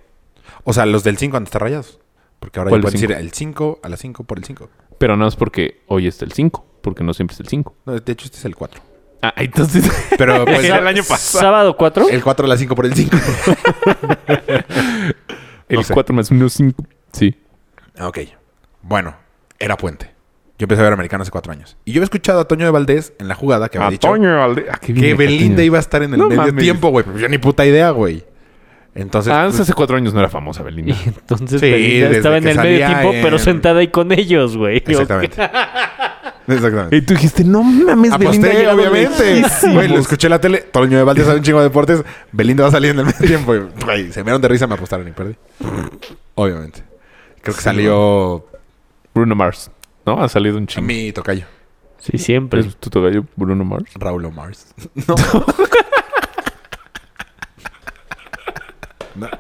C: O sea, los del 5 han estar rayados. Porque ahora ya
B: ¿Cuál del
C: pueden decir
B: cinco?
C: el 5 a las 5 por el 5.
B: Pero no es porque hoy es el 5, porque no siempre es el 5.
C: No, de hecho, este es el 4.
B: Ah, entonces
C: Pero pues,
B: Era el año pasado.
A: ¿Sábado 4?
C: el 4 a las 5 por el 5.
B: <laughs> el
C: No sé.
B: 4 más 1 5. Sí.
C: Ah, ok. Bueno, era puente. Yo empecé a ver americano hace 4 años. Y yo había escuchado a Toño de Valdés en la jugada
B: Ah,
C: que había dicho
B: Alde- Ah, <laughs> qué bien
C: que
B: me cae
C: Belinda
B: Toño.
C: iba a estar en el
B: No
C: medio
B: mames.
C: tiempo, güey. Pero Yo ni puta idea, güey. Entonces,
B: Ah,
C: pues, <laughs>
B: hace 4 años no era famosa Belinda.
A: Entonces
C: Sí,
A: Belinda
C: desde
A: estaba en
C: que
A: el medio
C: salía
A: tiempo,
C: en-
A: pero sentada ahí con ellos, güey.
C: exactamente.
B: <laughs>
C: Exactamente.
B: Y tú dijiste, "No mames, Belinda
C: Aposté,
B: llegaba
C: obviamente.
B: lejísimos".
C: Güey, lo escuché en la tele. Toño de Valdés sabe un chingo de deportes. Belinda va a salir en el medio tiempo. Y, güey, se me dieron de risa, me apostaron y perdí. Obviamente. Creo que salió
B: Bruno Mars, ¿no? Ha salido un chingo.
C: mi tocayo,
A: Sí, siempre.
B: ¿Es tu tocayo Bruno Mars?
C: Raúl Omars. <laughs> No. no.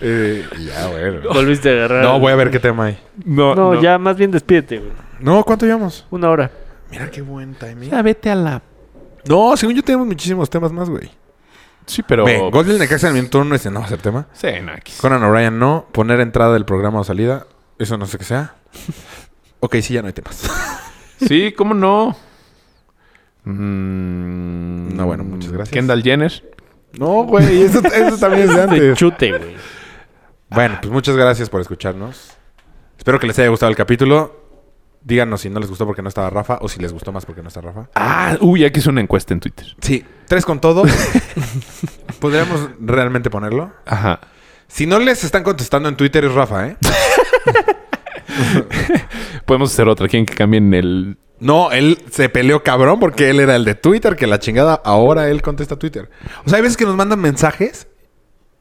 C: Eh, ya, bueno.
A: Volviste a agarrar.
C: No, voy a ver qué tema hay.
B: No,
A: No, ya más bien despídete, güey.
C: No, ¿cuánto llevamos?
A: Una hora.
C: Mira qué buen timing.
B: Ya vete a la...
C: No, según yo tenemos muchísimos temas más, güey.
B: Sí, pero... pues
C: Ve, Gol del Necaxa en el minuto uno dice, no va a ser tema.
B: Sí, no, aquí sí.
C: Conan O'Brien no. Poner entrada del programa o salida. Eso no sé qué <laughs> sea. ok, sí, ya no hay temas.
B: Sí, ¿cómo no? Mm,
C: No, bueno, muchas gracias.
B: Kendall Jenner.
C: no, güey. Eso, eso también es de
A: De
C: antes.
A: chute, güey.
C: Bueno, pues muchas gracias por escucharnos. Espero que les haya gustado el capítulo. Díganos si no les gustó porque no estaba Rafa o si les gustó más porque no está Rafa.
B: Ah, uy, aquí hice una encuesta en Twitter.
C: Sí, tres con <laughs> todo. Podríamos realmente ponerlo.
B: Ajá.
C: Si no les están contestando en Twitter es Rafa, ¿eh?
B: Podemos hacer otra. ¿Quieren que cambien el...?
C: No, él se peleó cabrón porque él era el de Twitter, que la chingada, ahora él contesta Twitter. O sea, hay veces que nos mandan mensajes,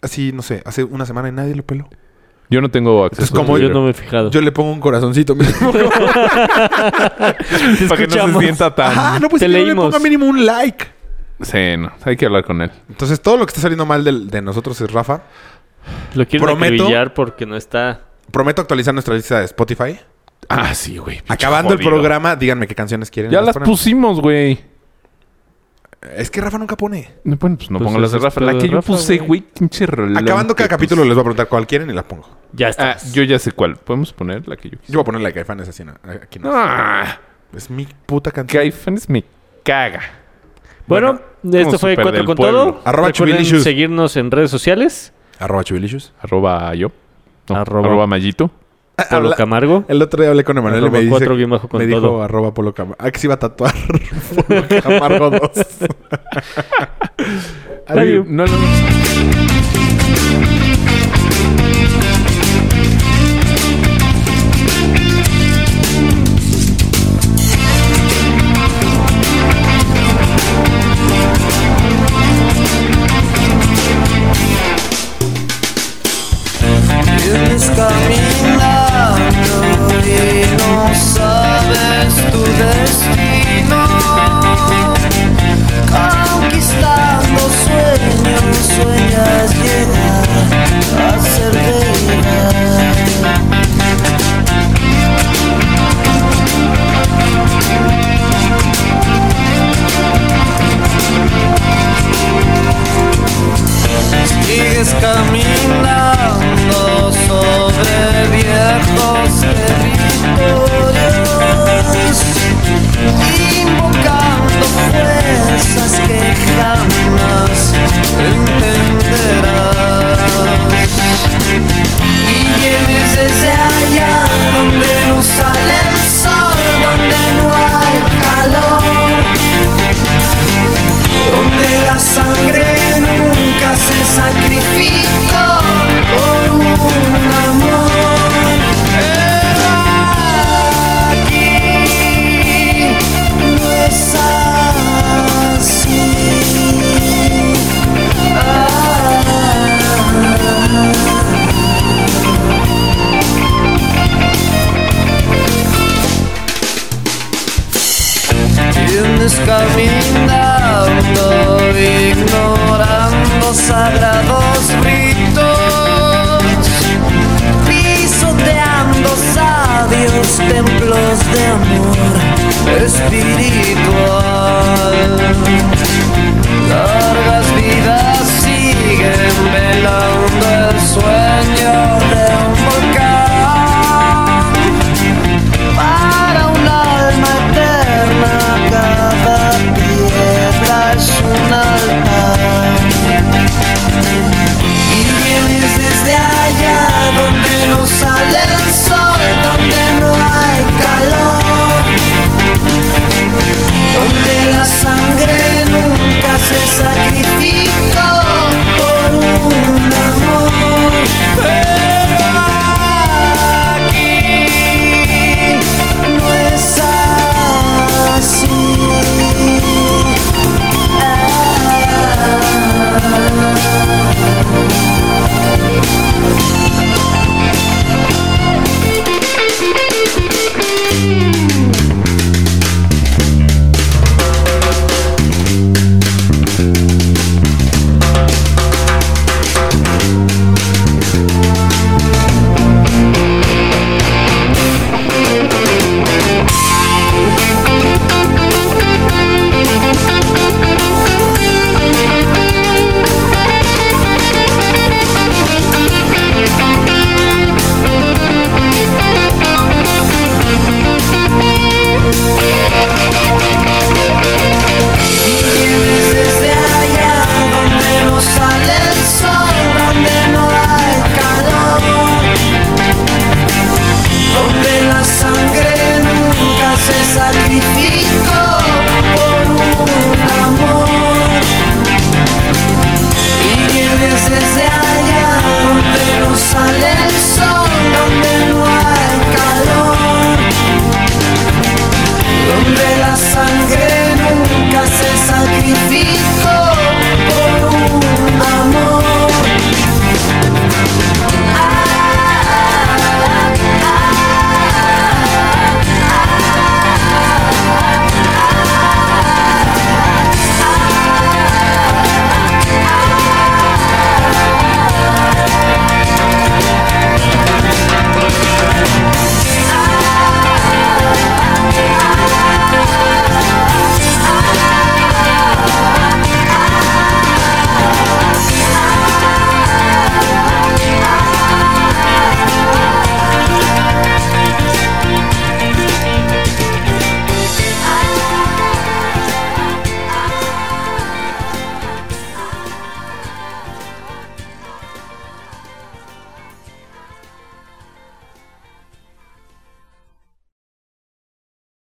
C: así, no sé, hace una semana y nadie lo peló.
B: Yo no tengo acceso.
C: Entonces, como
B: a
A: Yo
B: Twitter.
A: no me he fijado.
C: Yo le pongo un corazoncito mínimo.
A: Te
B: <laughs> Para que no se
A: escuchamos.
B: sienta tan...
C: <laughs> ah, no, pues
A: Te
C: que yo le
A: leímos.
C: ponga mínimo un like.
B: Sí, no. Hay que hablar con él.
C: Entonces, todo lo que está saliendo mal del- de, nosotros es Rafa.
A: Lo quiero
C: Prometo-
A: acribillar porque no está.
C: Prometo actualizar nuestra lista de Spotify.
B: Ah, sí, güey. pinche
C: Acabando el
B: jodido.
C: programa, díganme qué canciones quieren.
B: Ya
C: Las
B: las
C: ponemos.
B: pusimos, güey.
C: Es que Rafa nunca pone.
B: No, Bueno, pues no
A: Pues
B: pongo las de
A: eso es
B: Rafa. La
A: todo
B: que
A: de
B: yo
A: Rafa,
B: puse,
A: güey.
B: güey, pinche reloj.
C: Acabando cada
B: que
C: capítulo
B: puse.
C: les voy a preguntar cuál quieren y la pongo.
A: Ya
B: Ah,
A: está.
B: yo ya sé cuál. ¿Podemos poner la que yo quise?
C: Yo voy a poner la de Caifanes así, no. Aquí no.
B: Ah,
C: Es mi puta canción.
B: Caifanes me caga.
A: Bueno,
B: bueno,
A: esto
B: como
A: fue
B: súper
A: Cuatro
B: del
A: con
B: pueblo.
A: todo.
C: Arroba
A: Recuerden
C: Chubilicious.
A: seguirnos en redes sociales.
C: Arroba Chubilicious.
B: Arroba yo. No,
A: Arroba-
B: arroba Mayito.
A: Pablo
C: Habla-
A: Camargo.
C: El otro día hablé con Emanuel y
A: Ah, Arroba
C: me dice...
A: cuatro guión bajo con
C: me dijo
A: todo.
C: arroba Polo Camargo. Ah, que se iba a tatuar <laughs> Polo Camargo 2.
A: Adiós.
B: No lo
F: Vienes caminando y no sabes tu destino. Conquistando sueños, sueñas llegar a ser reina. Sigues caminando sobre bien Ah. camino